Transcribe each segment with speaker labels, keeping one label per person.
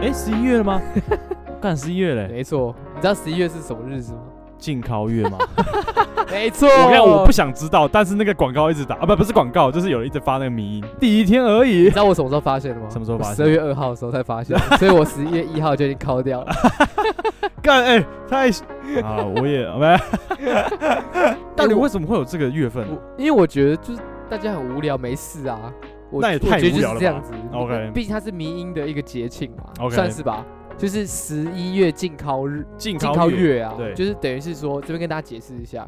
Speaker 1: 哎，十一月 了吗？干十一月嘞，
Speaker 2: 没错，你知道十一月是什么日子 吗？
Speaker 1: 禁靠月 吗？
Speaker 2: 没错，
Speaker 1: 我看我不想知道，但是那个广告一直打啊，不不是广告，就是有人一直发那个迷音，第一天而已
Speaker 2: 你知。道我什么时候发现的吗？
Speaker 1: 什么时候发现
Speaker 2: 十二月二号的时候才发现， 所以我十一月一号就已经敲掉了。
Speaker 1: 干哎、太 啊，我也 没。到底
Speaker 2: 我
Speaker 1: 为什么会有这个月份啊、
Speaker 2: 我因为我觉得就是大家很无聊，没事啊。我
Speaker 1: 那也太
Speaker 2: 我觉得
Speaker 1: 无
Speaker 2: 就
Speaker 1: 聊
Speaker 2: 是
Speaker 1: 了吧
Speaker 2: 这样子。
Speaker 1: OK
Speaker 2: 毕竟它是民音的一个节庆嘛
Speaker 1: OK
Speaker 2: 算是吧。就是十一月禁靠日、
Speaker 1: 禁
Speaker 2: 禁
Speaker 1: 靠
Speaker 2: 靠
Speaker 1: 月
Speaker 2: 月啊，
Speaker 1: 对
Speaker 2: 就是等于是说，这边跟大家解释一下，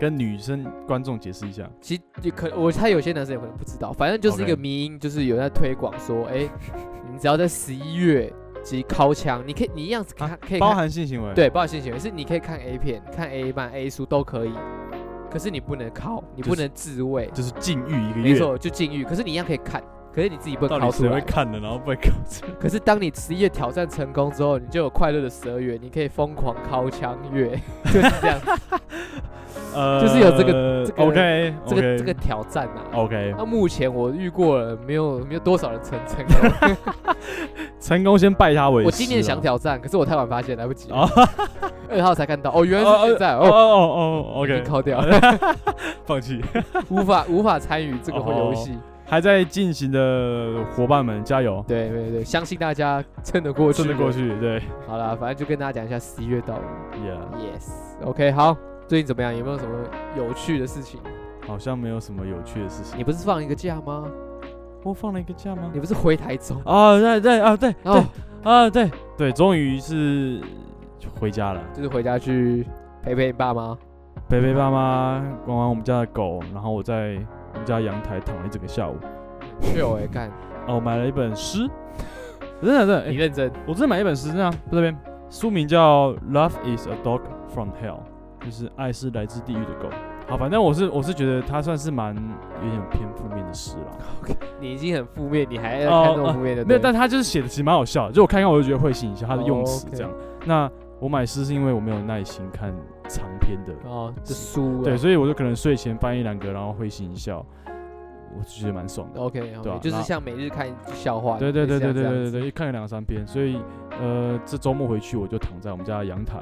Speaker 1: 跟女生观众解释一下，
Speaker 2: 其实也可我猜有些男生也可能不知道，反正就是一个
Speaker 1: OK
Speaker 2: 迷音，就是有人在推广说，哎、你只要在十一月及靠墙，你可以你一样是看、
Speaker 1: 啊
Speaker 2: 可以看
Speaker 1: 包含性行为，，
Speaker 2: 对包含性行为，是你可以看 A 片、看 A 漫、A 书都可以，可是你不能靠，你不能自慰，
Speaker 1: 就是禁欲一个
Speaker 2: 没
Speaker 1: 月。
Speaker 2: 错，就禁欲，可是你一样可以看，可是你自己不
Speaker 1: 到
Speaker 2: 能
Speaker 1: 底
Speaker 2: 靠
Speaker 1: 谁
Speaker 2: 出
Speaker 1: 会
Speaker 2: 来。
Speaker 1: 看的？然后被搞这
Speaker 2: 可是当你十一月挑战成功之后，你就有快乐的十二月，你可以疯狂靠墙月，就是这样，
Speaker 1: 呃，
Speaker 2: 就是有这
Speaker 1: 个
Speaker 2: 这个
Speaker 1: OK
Speaker 2: 这 个
Speaker 1: OK 哦
Speaker 2: 这个挑战啊。
Speaker 1: OK
Speaker 2: 那目前我遇过了，没有没有多少人成成功。
Speaker 1: 成功先拜他为师啊。
Speaker 2: 我今年想挑战，可是我太晚发现，来不及了
Speaker 1: 啊。
Speaker 2: 二号才看到，哦，原来
Speaker 1: 哦
Speaker 2: 是现在，
Speaker 1: 哦哦
Speaker 2: 哦，
Speaker 1: 哦哦
Speaker 2: 已经
Speaker 1: ，OK，
Speaker 2: 扣掉，
Speaker 1: 放弃。
Speaker 2: 无法无法参与这个游戏。
Speaker 1: 还在进行的伙伴们加油，
Speaker 2: 对对对，相信大家撑得过去，
Speaker 1: 顺着过。去，对
Speaker 2: 好了，反正就跟大家讲一下，十一月到了
Speaker 1: ，Yeah，
Speaker 2: ，yes，OK，好。最近怎么样？有没有什么有趣的事情？
Speaker 1: 好像没有什么有趣的事情。
Speaker 2: 你不是放一个假吗？
Speaker 1: 我放了一个假吗
Speaker 2: 你？不是回台中？哦
Speaker 1: 啊，对对啊，对
Speaker 2: 然后
Speaker 1: 对啊，对对，终于是回家了，
Speaker 2: 就是回家去陪陪你爸妈。
Speaker 1: 陪陪爸妈，玩玩我们家的狗，然后我在我们家阳台躺了一整个下午。
Speaker 2: 有哎，干，
Speaker 1: 哦，我买了一本诗，真的真的，哎
Speaker 2: 你
Speaker 1: 诶
Speaker 2: 认真。
Speaker 1: 我真的买一本诗，真的啊，在这边，书名叫《Love Is a Dog from Hell》，就是爱是来自地狱的狗。好，反正我是我是觉得它算是蛮有点偏负面的诗啦。
Speaker 2: 你已经很负面，你还在
Speaker 1: 哦
Speaker 2: 看这
Speaker 1: 呃
Speaker 2: 种负面的？
Speaker 1: 没有，
Speaker 2: 对
Speaker 1: 但他就是写的其实蛮好笑的，就我看一看我就觉得会心一笑，他的
Speaker 2: 哦
Speaker 1: 用词
Speaker 2: OK
Speaker 1: 这样。那我买诗是因为我没有耐心看长篇的，
Speaker 2: 哦，这书啊
Speaker 1: 对，所以我就可能睡前翻一两个，然后会心一笑，我就觉得蛮爽的。
Speaker 2: OK，
Speaker 1: 对啊
Speaker 2: OK，就是
Speaker 1: 那
Speaker 2: 像每日看笑话，
Speaker 1: 对对对对对
Speaker 2: 哦类似像这
Speaker 1: 对
Speaker 2: 样
Speaker 1: 对
Speaker 2: 子，
Speaker 1: 对，一看个两三篇，所以呃，这周末回去我就躺在我们家的阳台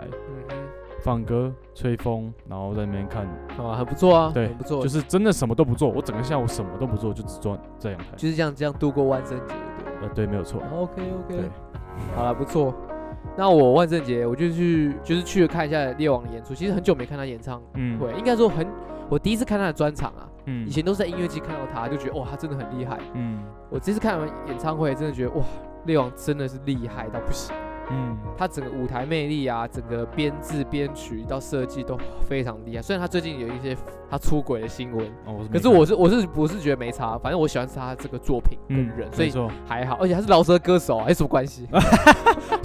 Speaker 2: 嗯
Speaker 1: 放歌、吹风，然后在那边看，
Speaker 2: 哼，好啊，很不错啊，
Speaker 1: 对
Speaker 2: 很不错，
Speaker 1: 就
Speaker 2: 就是
Speaker 1: 是真的什么都不做，我整个下午什么都不做，就只坐在阳台。
Speaker 2: 就是这样这样度过万圣节，对
Speaker 1: 呃，对，没有错，
Speaker 2: ，OK
Speaker 1: 对
Speaker 2: OK，，好了，不错。那我万圣节我就去就是去看一下猎王的演出，其实很久没看他演唱
Speaker 1: 嗯
Speaker 2: 会，应该说很我第一次看他的专场啊，
Speaker 1: 嗯
Speaker 2: 以前都是在音乐季看到他，就觉得哇他真的很厉害。
Speaker 1: 嗯
Speaker 2: 我这次看完演唱会，真的觉得哇猎王真的是厉害到不行，
Speaker 1: 嗯，
Speaker 2: 他整个舞台魅力啊，整个编制编曲到设计都非常厉害。虽然他最近有一些他出轨的新闻，
Speaker 1: 哦，我
Speaker 2: 可
Speaker 1: 没
Speaker 2: 是
Speaker 1: 看
Speaker 2: 我是我是我是觉得没差，反正我喜欢是他这个作品跟人，
Speaker 1: 嗯
Speaker 2: 所
Speaker 1: 没
Speaker 2: 以
Speaker 1: 错
Speaker 2: 还好，而且他是饶舌歌手啊，有什么关系？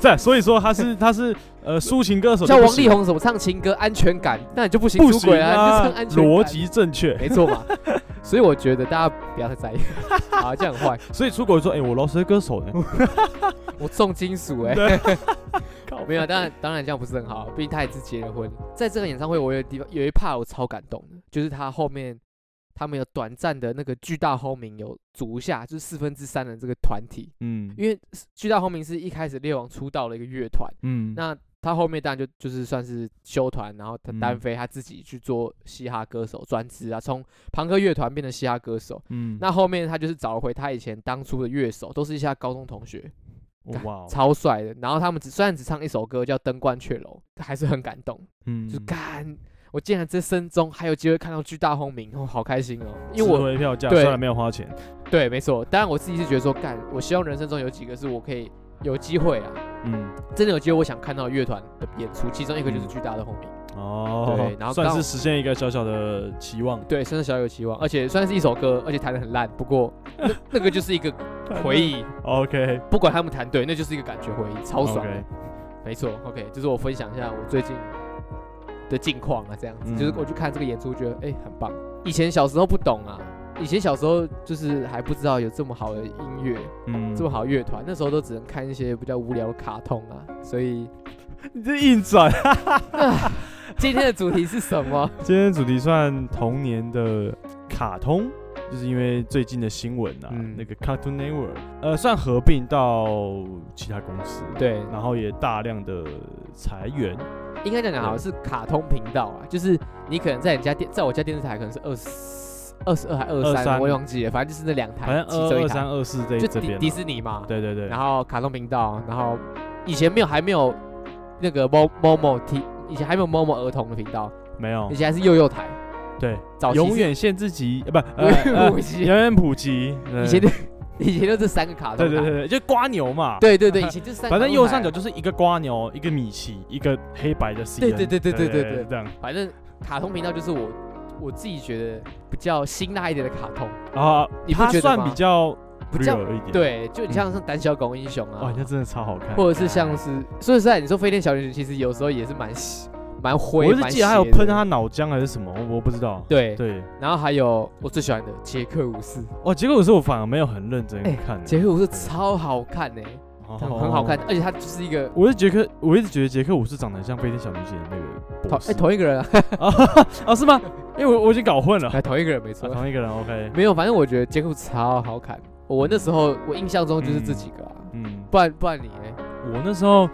Speaker 1: 是啊，所以说他是他是呃抒情歌手，
Speaker 2: 像
Speaker 1: 就不
Speaker 2: 王力
Speaker 1: 行
Speaker 2: 宏什么唱情歌安全感，那你就不行
Speaker 1: 不
Speaker 2: 出
Speaker 1: 行
Speaker 2: 轨啊，你就
Speaker 1: 啊
Speaker 2: 唱安，全感，
Speaker 1: 逻辑正确。
Speaker 2: 没错嘛。所以我觉得大家不要太在意，啊，这样很坏，
Speaker 1: 所以出国说，哎，我饶舌歌手呢？
Speaker 2: 我重金属哎、
Speaker 1: 对
Speaker 2: 没有，啊当然当然这样不是很好，毕竟他也是结了婚。在这个演唱会，我有地方有一 part 我超感动的，就是他后面他们有短暂的那个巨大轰鸣有足下，就是四分之三的这个团体，
Speaker 1: 嗯
Speaker 2: 因为巨大轰鸣是一开始猎王出道的一个乐团，
Speaker 1: 嗯，
Speaker 2: 那他后面当然就就是算是修团，然后他
Speaker 1: 嗯
Speaker 2: 单飞，他自己去做嘻哈歌手专职啊，从朋克乐团变成嘻哈歌手。
Speaker 1: 嗯
Speaker 2: 那后面他就是找回他以前当初的乐手，都是一些他高中同学，
Speaker 1: 那哇哦，
Speaker 2: 超帅的。然后他们只虽然只唱一首歌叫《登鹳雀楼》，还是很感动，
Speaker 1: 嗯
Speaker 2: 就是干。我竟然这生中还有机会看到巨大轰鸣，哦，好开心哦！因为
Speaker 1: 值
Speaker 2: 我
Speaker 1: 回票价
Speaker 2: 对
Speaker 1: 虽然没有花钱，
Speaker 2: 对，没错。当然我自己是觉得说，干，我希望人生中有几个是我可以有机会啊，
Speaker 1: 嗯
Speaker 2: 真的有机会我想看到的乐团的演出，其中一个就是
Speaker 1: 嗯
Speaker 2: 巨大的轰鸣，
Speaker 1: 哦，
Speaker 2: 对然后
Speaker 1: 算
Speaker 2: 刚好
Speaker 1: 是实现一个小小的期望，
Speaker 2: 对，真的小有期望，而且虽然是一首歌，而且弹得很烂，不过那那个就是一个回 忆，
Speaker 1: OK，
Speaker 2: 不管他们弹对，那就是一个感觉回忆，超爽的
Speaker 1: OK
Speaker 2: 没错，OK，就是我分享一下我最近的近况啊，这样子，
Speaker 1: 嗯
Speaker 2: 就是我去看这个演出，觉得哎、很棒。以前小时候不懂啊，以前小时候就是还不知道有这么好的音乐，
Speaker 1: 嗯
Speaker 2: 这么好的乐团，那时候都只能看一些比较无聊的卡通啊，所以
Speaker 1: 你这硬转。
Speaker 2: 今天的主题是什么？
Speaker 1: 今天主题算童年的卡通，就是因为最近的新闻啊，
Speaker 2: 嗯
Speaker 1: 那个 Cartoon Network 呃算合并到其他公司，，
Speaker 2: 对，
Speaker 1: 然后也大量的裁员，
Speaker 2: 应该讲讲好
Speaker 1: 对
Speaker 2: 是卡通频道啊，就是你可能在你家电，在我家电视台可能是二十二十二还二三，
Speaker 1: 23
Speaker 2: 我也忘记了，反正就是那两
Speaker 1: 反
Speaker 2: 台，
Speaker 1: 正
Speaker 2: 其
Speaker 1: 二
Speaker 2: 中一
Speaker 1: 二三
Speaker 2: 台，
Speaker 1: 二四这
Speaker 2: 就
Speaker 1: 这
Speaker 2: 迪
Speaker 1: 边
Speaker 2: 迪
Speaker 1: 啊，
Speaker 2: 士尼嘛，
Speaker 1: 对对对，
Speaker 2: 然后卡通频道，然后以前没有还没有那个 Mo Mo T，以前还没有 Mo Mo 儿童的频道，
Speaker 1: 没有
Speaker 2: 以前还是幼幼台，
Speaker 1: 对，
Speaker 2: 早期是
Speaker 1: 哦 永远限制级呃不
Speaker 2: 永
Speaker 1: 呃
Speaker 2: 远
Speaker 1: 呃
Speaker 2: 普及
Speaker 1: 永远普及，
Speaker 2: 以
Speaker 1: 对
Speaker 2: 前就 以前就这三个卡
Speaker 1: 对
Speaker 2: 通台，
Speaker 1: 对对对，就瓜牛嘛，
Speaker 2: 对对对以前就是三个
Speaker 1: 反正
Speaker 2: 卡通
Speaker 1: 右
Speaker 2: 台
Speaker 1: 上角，就是一个瓜牛，一个米奇，一个黑白的 C，
Speaker 2: 对对对对对对对
Speaker 1: 这样
Speaker 2: 反正卡通频道就是我我自己觉得比较辛辣一点的卡通，
Speaker 1: 啊，
Speaker 2: 你不
Speaker 1: 它
Speaker 2: 觉得
Speaker 1: 算
Speaker 2: 吗
Speaker 1: 比较
Speaker 2: 比较
Speaker 1: real 哦一点，，
Speaker 2: 对，就你像
Speaker 1: 嗯
Speaker 2: 是胆小狗英雄
Speaker 1: 哇，
Speaker 2: 啊
Speaker 1: 那，真的超好看，
Speaker 2: 或者是像是说实在，你说飞天小女警其实有时候也是蛮喜蛮灰，
Speaker 1: 我是
Speaker 2: 蛮
Speaker 1: 记得还有
Speaker 2: 邪的
Speaker 1: 喷他脑浆还是什么，我我不知道，
Speaker 2: 对，
Speaker 1: 对，
Speaker 2: 然后还有我最喜欢的杰克武士，
Speaker 1: 哦，结果有时候我反而没有很认真
Speaker 2: 哎
Speaker 1: 看，
Speaker 2: 杰克武士超好看呢、
Speaker 1: 哦
Speaker 2: 很很好看，。而且他就是一个
Speaker 1: 我是杰克，我一直觉得杰克武士长得很像飞天小女警的那个
Speaker 2: 同
Speaker 1: 博
Speaker 2: 哎、
Speaker 1: 士
Speaker 2: 同一 个人啊，
Speaker 1: 啊，是吗？因为我我已经搞 混了，
Speaker 2: 哎同一个人没错
Speaker 1: 啊，同一个人，OK，
Speaker 2: 没有，反正我觉得杰克武士超好看。我那时候我印象中就是这几个啊，
Speaker 1: 嗯，
Speaker 2: 不然不然你呢？
Speaker 1: 我那时候，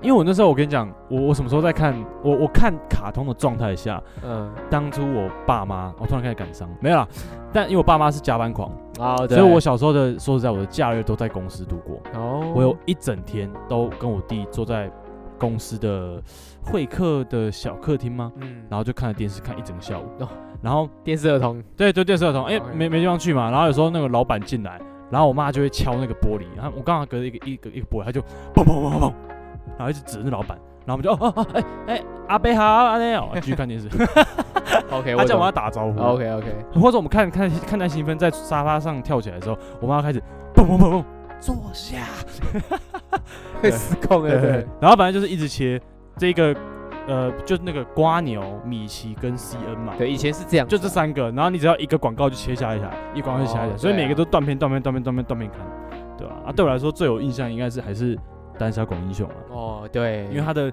Speaker 1: 因为我那时候我跟你讲，我我什么时候在看，我我看卡通的状态下，
Speaker 2: 嗯，
Speaker 1: 当初我爸妈，我突然开始感伤，没有啦，但因为我爸妈是加班狂，
Speaker 2: 哦，
Speaker 1: 所以我小时候的说实在，我的假日都在公司度过，
Speaker 2: 哦，
Speaker 1: 我有一整天都跟我弟坐在公司的会客的小客厅吗？
Speaker 2: 嗯，
Speaker 1: 然后就看了电视看一整个下午
Speaker 2: 哦，
Speaker 1: 然后
Speaker 2: 电视儿 童，
Speaker 1: 对对电视儿童，哎、
Speaker 2: 哦
Speaker 1: 没没地方去嘛，然后有时候那个老板进来，然后我妈就会敲那个玻璃，然后我刚好隔着一个一个一个玻璃，她就砰砰砰砰砰，然后一直指着那老板，然后我们就哦哦哦哎哎阿贝好阿内哦，继续看电视，
Speaker 2: OK，
Speaker 1: 她
Speaker 2: 我
Speaker 1: 叫
Speaker 2: 懂
Speaker 1: 我要打招呼，
Speaker 2: 哦 OK OK，
Speaker 1: 或者我们看看看待兴奋在沙发上跳起来的时候，我妈开始砰砰砰砰坐下，
Speaker 2: 会失控
Speaker 1: 对
Speaker 2: 了，
Speaker 1: 对
Speaker 2: 对，，
Speaker 1: 然后反正就是一直切这个呃就是那个瓜牛、米奇跟 C N 嘛，
Speaker 2: 对，以前是这样子
Speaker 1: 就
Speaker 2: 啊，
Speaker 1: 这三个，然后你只要一个广告就切下一台，一广告就切下一台，
Speaker 2: 哦
Speaker 1: 所以
Speaker 2: 对啊
Speaker 1: 每个都断片、断片、断片、断片、断片看，对吧、啊？对我来说最有印象应该是还是《胆小狗英雄》啊，
Speaker 2: 哦，对，
Speaker 1: 因为它的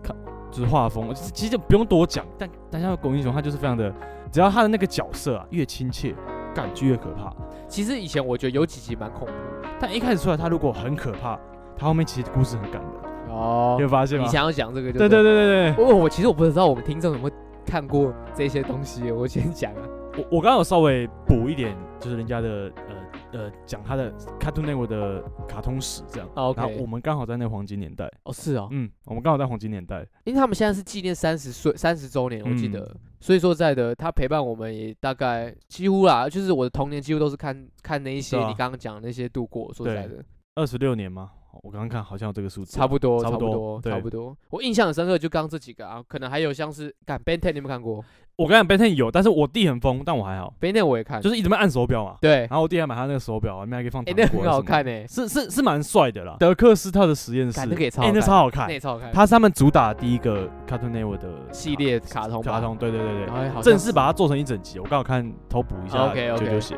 Speaker 1: 看就是画风，其实其实就不用多讲，但《胆小狗英雄》它就是非常的，只要它的那个角色啊越亲切，感觉越可怕。
Speaker 2: 其实以前我觉得有几集蛮恐怖的
Speaker 1: 但一开始出来，它如果很可怕，它后面其实故事很感人，
Speaker 2: 哦
Speaker 1: 你有。发现吗
Speaker 2: 你？想要讲这个就哦
Speaker 1: 对对对对对，
Speaker 2: 我我其实我不知道我们听众有没有看过这些东西，我先讲啊。
Speaker 1: 我我刚刚有稍微补一点，就是人家的呃呃讲他的 Cartoon Network 的卡通史这样。
Speaker 2: 哦，OK
Speaker 1: 然后我们刚好在那黄金年代，
Speaker 2: 哦，是哦，
Speaker 1: 嗯，我们刚好在黄金年代，
Speaker 2: 因为他们现在是纪念三十岁三十周年，我记
Speaker 1: 嗯
Speaker 2: 得，所以说在的，他陪伴我们也大概几乎啦，就是我的童年几乎都是看看那一些
Speaker 1: 对啊
Speaker 2: 你刚刚讲的那些度过，说实在的，
Speaker 1: 二十六年吗？我刚刚看好像有这个数字，
Speaker 2: 差不多，
Speaker 1: 差
Speaker 2: 差
Speaker 1: 不
Speaker 2: 不
Speaker 1: 多
Speaker 2: 多，
Speaker 1: 对
Speaker 2: 差不多。我印象很深刻，就刚刚这几个啊，可能还有像是，干 Ben Ten 你有没有看过
Speaker 1: 我刚才 Ben 10有，但是我弟很疯，但我还好，
Speaker 2: ？Ben Ten 我也看，
Speaker 1: 就是一直在按手表嘛。
Speaker 2: 对，
Speaker 1: 然后我弟还买他那个手表，里面还可以放
Speaker 2: 哎、
Speaker 1: 糖果
Speaker 2: 那
Speaker 1: 还是什么。
Speaker 2: 很好看诶、
Speaker 1: 是是是蛮帅的啦。德克斯特的实验室，
Speaker 2: 干那个也超
Speaker 1: 哎
Speaker 2: 好
Speaker 1: 那
Speaker 2: 看
Speaker 1: 超好看
Speaker 2: 那，也超好看。
Speaker 1: 它是他们主打第一个 Cartoon Network 的
Speaker 2: 系列卡通吧，
Speaker 1: 卡通，对对对对
Speaker 2: 然。后好像
Speaker 1: 正式把它做成一整集，我刚好看偷补一下
Speaker 2: OK，OK
Speaker 1: 九九鞋。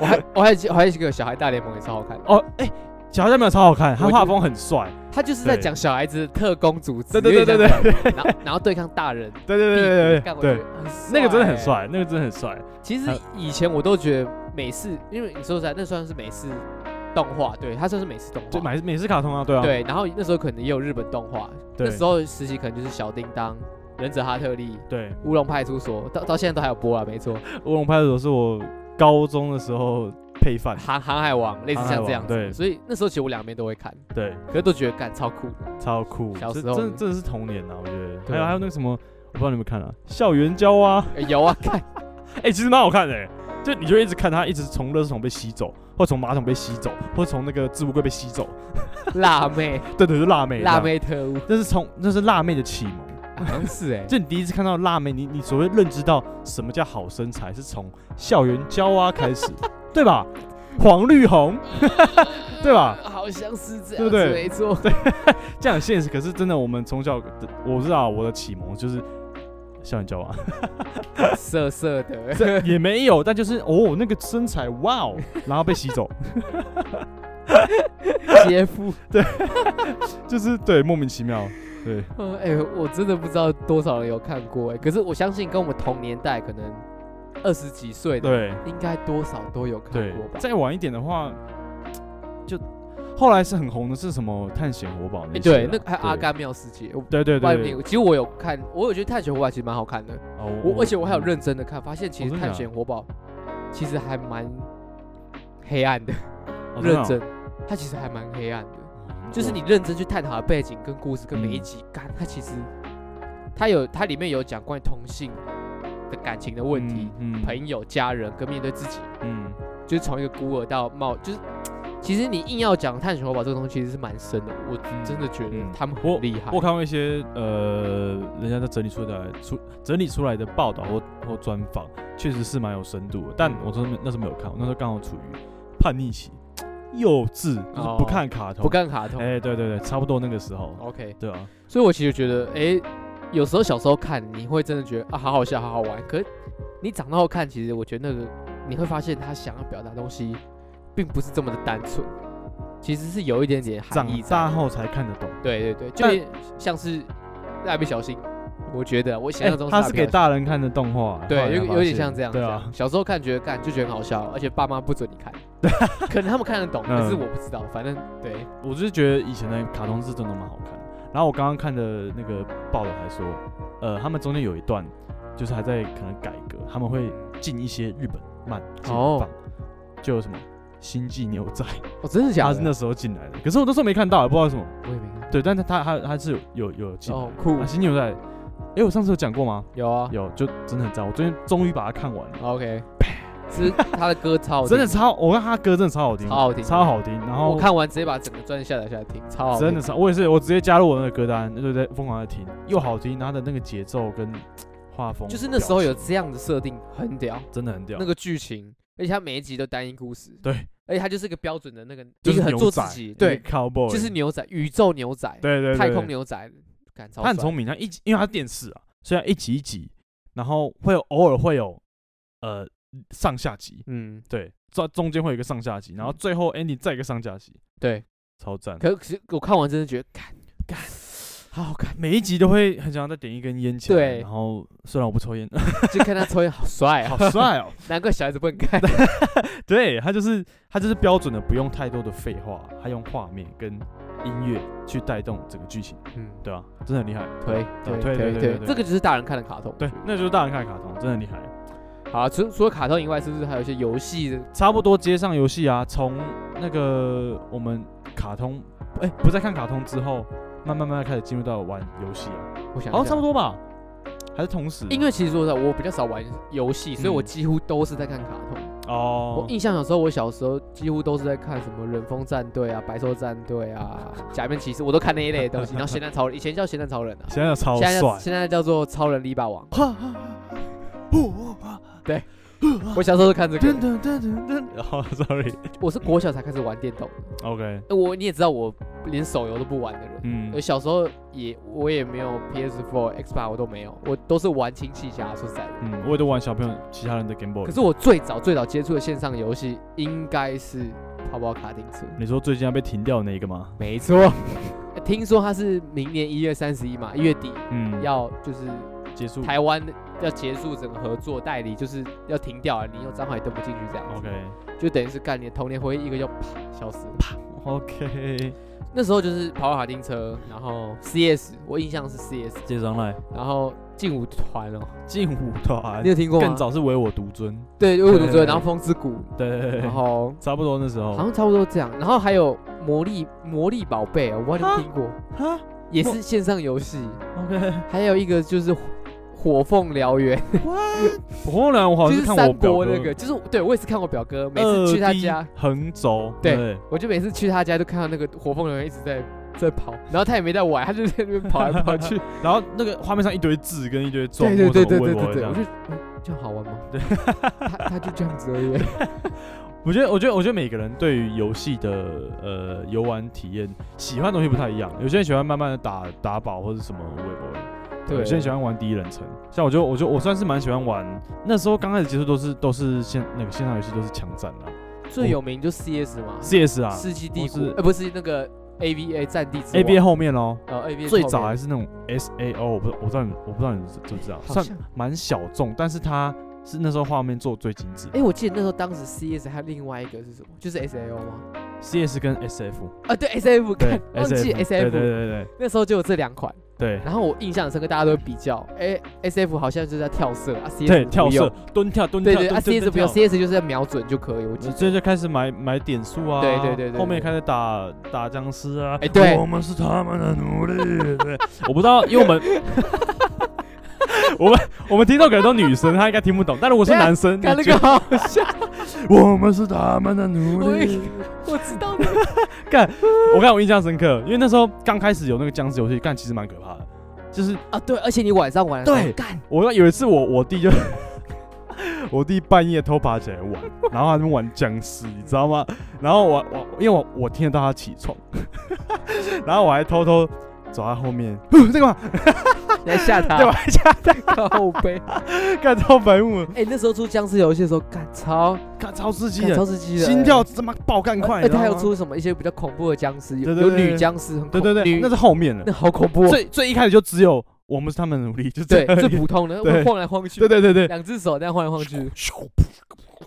Speaker 2: 我还我还有我还有一个小孩大联盟也超好看，
Speaker 1: 哦，哎，小孩没有超好看，他
Speaker 2: 我
Speaker 1: 画
Speaker 2: 就
Speaker 1: 风很帅。
Speaker 2: 他就是在
Speaker 1: 对
Speaker 2: 讲小孩子的特工组
Speaker 1: 对
Speaker 2: 织，
Speaker 1: 对对对
Speaker 2: 有点像这样，然后然后对抗大人，
Speaker 1: 对对对对对对，
Speaker 2: 对，
Speaker 1: 那个真的很
Speaker 2: 帅欸。
Speaker 1: 帅，那个真的很帅。
Speaker 2: 其实
Speaker 1: 还有
Speaker 2: 以前我都觉得美式，因为你说实在，那算是美式动画，对，它算是美式动
Speaker 1: 就
Speaker 2: 画，
Speaker 1: 买美式卡通啊，对啊，
Speaker 2: 对。然后那时候可能也有日本动画，
Speaker 1: 对
Speaker 2: 那时候时期可能就是小叮当、忍者哈特利、
Speaker 1: 对。
Speaker 2: 乌龙派出所，到到现在都还有播啊，没 错，
Speaker 1: 乌龙派出所是我高中的时候配饭，
Speaker 2: 航航海王类似像这样
Speaker 1: 航海王对
Speaker 2: 子，所以那时候其实我两边都会看，
Speaker 1: 对，
Speaker 2: 可是都觉得干超酷的，
Speaker 1: 超酷。
Speaker 2: 小
Speaker 1: 这
Speaker 2: 时候
Speaker 1: 真的真的是童年啊，我觉得。还
Speaker 2: 对
Speaker 1: 有
Speaker 2: 啊
Speaker 1: 还有那个什么，我不知道你们看了、校园交啊，
Speaker 2: 呃有啊，看
Speaker 1: 哎、其实蛮好看的、就你就一直看它，一直从垃圾桶被吸走，或从马桶被吸走，或从那个置物柜被吸走。
Speaker 2: 辣 妹
Speaker 1: 对对，就辣妹。
Speaker 2: 辣，妹特务，
Speaker 1: 那是从那是辣妹的启蒙。
Speaker 2: 好像是哎，
Speaker 1: 就你第一次看到辣妹，你你所谓认知到什么叫好身材，是从校园交啊开始，对吧？黄绿红， 对吧？
Speaker 2: 好像是这样子，
Speaker 1: 对不对
Speaker 2: 没错，
Speaker 1: 这样很现实，可是真的，我们从小我知道我的启蒙就是校园交往，
Speaker 2: 色色 的，
Speaker 1: 这也没有，但就是哦那个身材哇哦，然后被吸走，
Speaker 2: 杰夫。
Speaker 1: 就是对莫名其妙，对
Speaker 2: 嗯，哎、我真的不知道多少人有看过哎、可是我相信跟我们同年代可能二十几岁的，
Speaker 1: 对
Speaker 2: 应该多少都有看
Speaker 1: 对
Speaker 2: 过吧，？
Speaker 1: 再晚一点的话，就后来是很红的是什么探险活宝
Speaker 2: 诶
Speaker 1: 那些啦、
Speaker 2: 哎对，那个还有《阿
Speaker 1: 对，
Speaker 2: 甘妙世界》我，
Speaker 1: 对对
Speaker 2: 不知道
Speaker 1: 对
Speaker 2: 有没有
Speaker 1: 对，
Speaker 2: 其实我有看，我有觉得《探险活宝》其实蛮好看的，
Speaker 1: 哦
Speaker 2: 我而且我还有认真的看，发现其
Speaker 1: 哦
Speaker 2: 实《
Speaker 1: 真的
Speaker 2: 探
Speaker 1: 假
Speaker 2: 险
Speaker 1: 的
Speaker 2: 活宝》其实还蛮黑暗的，
Speaker 1: 哦
Speaker 2: 认
Speaker 1: 的
Speaker 2: 真，它其实还蛮黑暗的。
Speaker 1: 哦
Speaker 2: 就是你认真去探讨的背景跟故事跟每一
Speaker 1: 嗯
Speaker 2: 集，干、它其实它有它里面有讲关于同性的感情的问题，，
Speaker 1: 嗯嗯
Speaker 2: 朋友、家人跟面对自己，
Speaker 1: 嗯，
Speaker 2: 就是从一个孤儿到冒，就是其实你硬要讲探险活宝这个东西，其实是蛮深的。我
Speaker 1: 嗯
Speaker 2: 真的觉得
Speaker 1: 嗯
Speaker 2: 他们
Speaker 1: 我
Speaker 2: 很厉害。
Speaker 1: 我看过一些呃，人家在整理出来出整理出来的报道或或专访，确实是蛮有深度的。但
Speaker 2: 嗯
Speaker 1: 我真的没那时候没有看，我那时候刚好处于叛逆期， 幼稚，就是不
Speaker 2: 哦
Speaker 1: 看卡通，
Speaker 2: 不，看卡通、哦
Speaker 1: 哎、对对对，差不多那个时候，
Speaker 2: o k
Speaker 1: 对啊，
Speaker 2: 所以我其实觉得，哎、有时候小时候看你会真的觉得啊，好好笑，好好玩。可是你长大后看，其实我觉得那个你会发现他想要表达的东西，并不是这么的单纯，其实是有一点点含
Speaker 1: 长
Speaker 2: 义在
Speaker 1: 大后才看得懂。
Speaker 2: 对对对，就
Speaker 1: 但
Speaker 2: 有点像是蜡笔小新，我觉得我
Speaker 1: 哎
Speaker 2: 想象中
Speaker 1: 它
Speaker 2: 蜡
Speaker 1: 是
Speaker 2: 笔
Speaker 1: 给
Speaker 2: 小新。
Speaker 1: 大人看的动画，啊后来
Speaker 2: 对，有
Speaker 1: 才
Speaker 2: 有
Speaker 1: 发
Speaker 2: 点
Speaker 1: 现
Speaker 2: 像这样子
Speaker 1: 对
Speaker 2: 啊
Speaker 1: 啊。，
Speaker 2: 小时候看觉得看就觉得很好笑，啊而且爸妈不准你看，可能他们看得懂，可是
Speaker 1: 嗯
Speaker 2: 我不知道。反正对，
Speaker 1: 我就是觉得以前的卡通是真的蛮好看的。然后我刚刚看的那个报道还说，呃，他们中间有一段就是还在可能改革，他们会进一些日本漫进
Speaker 2: 哦
Speaker 1: 放，就有什么《星际牛 仔》，
Speaker 2: 哦，真的假
Speaker 1: 他
Speaker 2: 的？
Speaker 1: 是那时候进来的，可是我那时候没看到，不知道为什么。
Speaker 2: 我也没看。
Speaker 1: 对，但是他他他是有有有进来
Speaker 2: 哦，酷
Speaker 1: 啊，《星际牛仔》。哎，我上次有讲过吗？
Speaker 2: 有啊
Speaker 1: 有，就真的很赞。我最近终于把它看完了，
Speaker 2: ，OK，是 他的歌超好
Speaker 1: 真的
Speaker 2: 听
Speaker 1: 超，我看他歌真的超好听，
Speaker 2: 超好听
Speaker 1: 超好听。然后
Speaker 2: 我看完直接把整个专辑下载下来听，超好听
Speaker 1: 真的是，我也是，我直接加入我那个歌单，对对，疯狂的听，又好听，它的那个节奏跟嘖画风，
Speaker 2: 就是那时候有这样的设定，很屌。
Speaker 1: 真的很屌，
Speaker 2: 那个剧情，而且它每一集都单一故事，
Speaker 1: 对，
Speaker 2: 而且它就是一个标准的那个，
Speaker 1: 就是
Speaker 2: 一个很
Speaker 1: 牛
Speaker 2: 做
Speaker 1: 仔
Speaker 2: 自己，
Speaker 1: 那个
Speaker 2: 对，
Speaker 1: ，cowboy，
Speaker 2: 就是牛仔，宇宙牛仔，
Speaker 1: 对对对
Speaker 2: 太空
Speaker 1: 对
Speaker 2: 牛仔，感超
Speaker 1: 他很
Speaker 2: 帅
Speaker 1: 聪明，他一集因为他是电视啊，虽然一集一集，然后会有偶尔会有呃上下集，
Speaker 2: 嗯，
Speaker 1: 对，中中间会有一个上下集，然后
Speaker 2: 嗯
Speaker 1: 最后 ending 再一个上下集，
Speaker 2: 对。
Speaker 1: 超赞，
Speaker 2: 可是我看完真的觉得，干干，好好看，
Speaker 1: 每一集都会很想要再点一根烟起来，
Speaker 2: 对
Speaker 1: 然后虽然我不抽烟，
Speaker 2: 就看他抽烟好帅啊，
Speaker 1: 好帅哦，
Speaker 2: 难怪小孩子不能 看。
Speaker 1: 对他就是他就是标准的，不用太多的废话，他用画面跟音乐去带动整个剧情，
Speaker 2: 嗯，
Speaker 1: 对啊，真的很厉害。
Speaker 2: 推
Speaker 1: 对
Speaker 2: 推
Speaker 1: 对对对对
Speaker 2: 这个就是大人看的卡通。
Speaker 1: 对，那就是大人看的卡通，真的很厉害。
Speaker 2: 好啊，除除了卡通以外，是不是还有一些游戏的？
Speaker 1: 差不多接上游戏啊，从那个我们卡通，哎、不再看卡通之后，慢慢慢慢开始进入到玩游戏啊，
Speaker 2: 我想一
Speaker 1: 好像
Speaker 2: 下
Speaker 1: 差不多吧，还是同时？
Speaker 2: 因为其实说实在，我比较少玩游戏，所以我
Speaker 1: 嗯
Speaker 2: 几乎都是在看卡通。
Speaker 1: 哦
Speaker 2: 我，印象小时候，我小时候几乎都是在看什么忍风战队啊、白兽战队啊、假面骑士，我都看那一类的东西。然后咸蛋超人，以前叫咸蛋超人啊，
Speaker 1: 现在有超
Speaker 2: 现在叫
Speaker 1: 帅，
Speaker 2: 现在叫做超人篱笆王。
Speaker 1: 哈哈哈哈哦啊
Speaker 2: 我小时候是看这
Speaker 1: 噔
Speaker 2: 个，
Speaker 1: 噔噔噔噔，哦，sorry，OK，
Speaker 2: 我是国小才开始玩电动的。呃我你也知道，我连手游都不玩的人。
Speaker 1: 嗯
Speaker 2: 我，小时候也我也没有 PS4、Xbox，我都没有，我都是玩亲戚家。说实在的，
Speaker 1: 嗯，我也都玩小朋友其他人的 Game Boy。
Speaker 2: 可是我最早最早接触的线上游戏应该是跑跑卡丁车。
Speaker 1: 你说最近要被停掉的那一个吗？
Speaker 2: 没错， 听说它是明年一月三十一嘛，一月底
Speaker 1: 嗯，
Speaker 2: 要就是
Speaker 1: 结束。
Speaker 2: 台湾要结束整个合作代理，就是要停掉了，你用账号也登不进去这样子
Speaker 1: OK
Speaker 2: 就等于是干你的童年回忆一个就啪消失了。
Speaker 1: OK，
Speaker 2: 那时候就是跑跑卡丁车，然后 CS，我印象是 CS，
Speaker 1: 接上来
Speaker 2: 然后劲舞团哦，
Speaker 1: 劲舞团
Speaker 2: 你，有听过吗？
Speaker 1: 啊更早是唯我独尊，
Speaker 2: 对，有舞
Speaker 1: 对
Speaker 2: 尊，然后风之谷，
Speaker 1: 对对对哦
Speaker 2: 然
Speaker 1: 对，
Speaker 2: 后
Speaker 1: 差不多那时候
Speaker 2: 好。像差不多这样，然后还有魔力魔力宝贝哦，我不知道你有没有听过，
Speaker 1: 哈
Speaker 2: 也是线上游戏，
Speaker 1: ，OK，
Speaker 2: 还有一个就是火。火凤燎原，
Speaker 1: 后来我好
Speaker 2: 就
Speaker 1: 像
Speaker 2: 是
Speaker 1: 哦是看我
Speaker 2: 三
Speaker 1: 表
Speaker 2: 国
Speaker 1: 哥
Speaker 2: 那个，就是对我也是看我表哥，每次去他家，
Speaker 1: 横轴，
Speaker 2: 对
Speaker 1: 对，
Speaker 2: 我就每次去他家就看到那个火凤燎原一直在在跑，然后他也没在玩，他就在那边跑来 跑 去，
Speaker 1: 然后那个画面上一堆字跟一堆装，
Speaker 2: 对对对对
Speaker 1: 或者什么
Speaker 2: 对
Speaker 1: 微博这
Speaker 2: 对对，
Speaker 1: 样
Speaker 2: 我就嗯这样好玩吗？ 对，他他就这样子而已。
Speaker 1: 我觉得，我觉得，我觉得每个人对于游戏的呃游玩体验喜欢的东西不太一样。有些人喜欢慢慢的打打宝或者什么微博，
Speaker 2: 对
Speaker 1: 有些人喜欢玩第一人称。像我就，我就我算是蛮喜欢玩。那时候刚开始接触都是都是线那个线上游戏都是枪战啦
Speaker 2: 最有名就 CS 嘛，
Speaker 1: ，CS 啊
Speaker 2: 世纪帝
Speaker 1: 或
Speaker 2: 国
Speaker 1: 是，
Speaker 2: 呃，不是那个 AVA 战地之
Speaker 1: ，ABA
Speaker 2: 王，
Speaker 1: 后面咯，
Speaker 2: 呃，AVA
Speaker 1: 最
Speaker 2: 后
Speaker 1: 早
Speaker 2: 面
Speaker 1: 还是那种 SAO，我不我不知道你我不知道你知不知道，
Speaker 2: 好
Speaker 1: 算
Speaker 2: 像
Speaker 1: 蛮小众，但是它是那时候画面做得最精致的。
Speaker 2: 哎、我记得那时候当时 CS 还有另外一个是什么？就是 SAO 吗？
Speaker 1: CS 跟 SF，
Speaker 2: 啊，对，SF
Speaker 1: 对
Speaker 2: 看，忘记
Speaker 1: SF，对对对
Speaker 2: SF，
Speaker 1: 对
Speaker 2: 那时候就有这两款。
Speaker 1: 对
Speaker 2: 然后我印象很深刻，大家都会比较，哎、s f 好像就是在跳色啊，CS
Speaker 1: 对对，跳
Speaker 2: 不用
Speaker 1: 射，蹲跳蹲
Speaker 2: 对
Speaker 1: 跳，
Speaker 2: 对
Speaker 1: 蹲
Speaker 2: 啊，CS 不用
Speaker 1: 蹲跳
Speaker 2: ，CS 就是在瞄准就可以，我记
Speaker 1: 你
Speaker 2: 得。
Speaker 1: 这就开始买买点数啊，
Speaker 2: 对对对对
Speaker 1: 后面
Speaker 2: 对
Speaker 1: 开始打打僵尸啊，
Speaker 2: 哎对
Speaker 1: 我们是他们的奴隶，对，我不知道，因为我们我们我们听众可能都女生，她应该听不懂，但如果是
Speaker 2: 对啊
Speaker 1: 男生，
Speaker 2: 看
Speaker 1: 你
Speaker 2: 那
Speaker 1: 觉
Speaker 2: 个
Speaker 1: 得
Speaker 2: 好笑，
Speaker 1: 我们是他们的奴
Speaker 2: 我
Speaker 1: 隶
Speaker 2: 也。 我知道你。
Speaker 1: 我看我印象深刻，因为那时候刚开始有那个僵尸游戏，干其实蛮可怕的。就是
Speaker 2: 啊，对，而且你晚上玩的时候
Speaker 1: 对
Speaker 2: 干，
Speaker 1: 我有一次我我弟就我弟半夜偷爬起来玩，然后他们玩僵尸，你知道吗？然后我我因为我我听得到他起床，然后我还偷偷走在后面，哼在干嘛？
Speaker 2: 你还吓他，
Speaker 1: 在玩家
Speaker 2: 靠背。
Speaker 1: 干超白目，
Speaker 2: 哎，那时候出僵尸游戏的时候，干超
Speaker 1: 干超刺激
Speaker 2: 干超
Speaker 1: 的，
Speaker 2: 刺激的，
Speaker 1: 心跳他妈爆干
Speaker 2: 哎
Speaker 1: 快，
Speaker 2: 哎
Speaker 1: 你知
Speaker 2: 他还
Speaker 1: 道
Speaker 2: 有
Speaker 1: 吗？
Speaker 2: 出什么一些比较恐怖的僵尸，有
Speaker 1: 对对
Speaker 2: 有
Speaker 1: 对对
Speaker 2: 女僵尸，很恐
Speaker 1: 对对对，
Speaker 2: 女
Speaker 1: 那是后面的
Speaker 2: 那，好恐怖哦。
Speaker 1: 最最一开始就只有我们是他们的奴隶，就这
Speaker 2: 对
Speaker 1: 样，
Speaker 2: 最普通的，
Speaker 1: 对
Speaker 2: 晃来晃去，
Speaker 1: 对对对对，
Speaker 2: 两只手这样晃来晃去，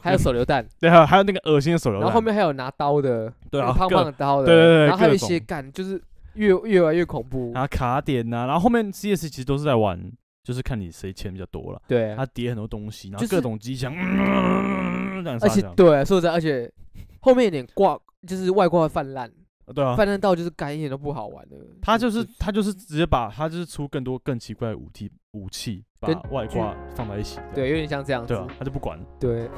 Speaker 2: 还有手榴弹，
Speaker 1: 对，还有还有那个恶心的手榴
Speaker 2: 然
Speaker 1: 弹，
Speaker 2: 后后面还有拿刀的，
Speaker 1: 对啊
Speaker 2: 那个胖
Speaker 1: 各
Speaker 2: 胖的刀的，
Speaker 1: 对对对
Speaker 2: 然后还有
Speaker 1: 各
Speaker 2: 一些
Speaker 1: 种啊
Speaker 2: 干，就是越越来越恐怖
Speaker 1: 然，后卡点呐、然后后面 CS 其实都是在玩，就是看你谁钱比较多了，
Speaker 2: 对，
Speaker 1: 他叠很多东西，然后
Speaker 2: 就是
Speaker 1: 各种机枪，嗯，这样杀
Speaker 2: 而且
Speaker 1: 这样
Speaker 2: 对，说实在，而且后面有点挂，就是外挂泛滥，
Speaker 1: 对啊，
Speaker 2: 泛滥到就是干一点都不好玩了。
Speaker 1: 他就是他就是直接把他就是出更多更奇怪的武器武器，把
Speaker 2: 跟
Speaker 1: 外挂放在一起，
Speaker 2: 对，有点像这样
Speaker 1: 对
Speaker 2: 子
Speaker 1: 啊。，他就不管，
Speaker 2: 对，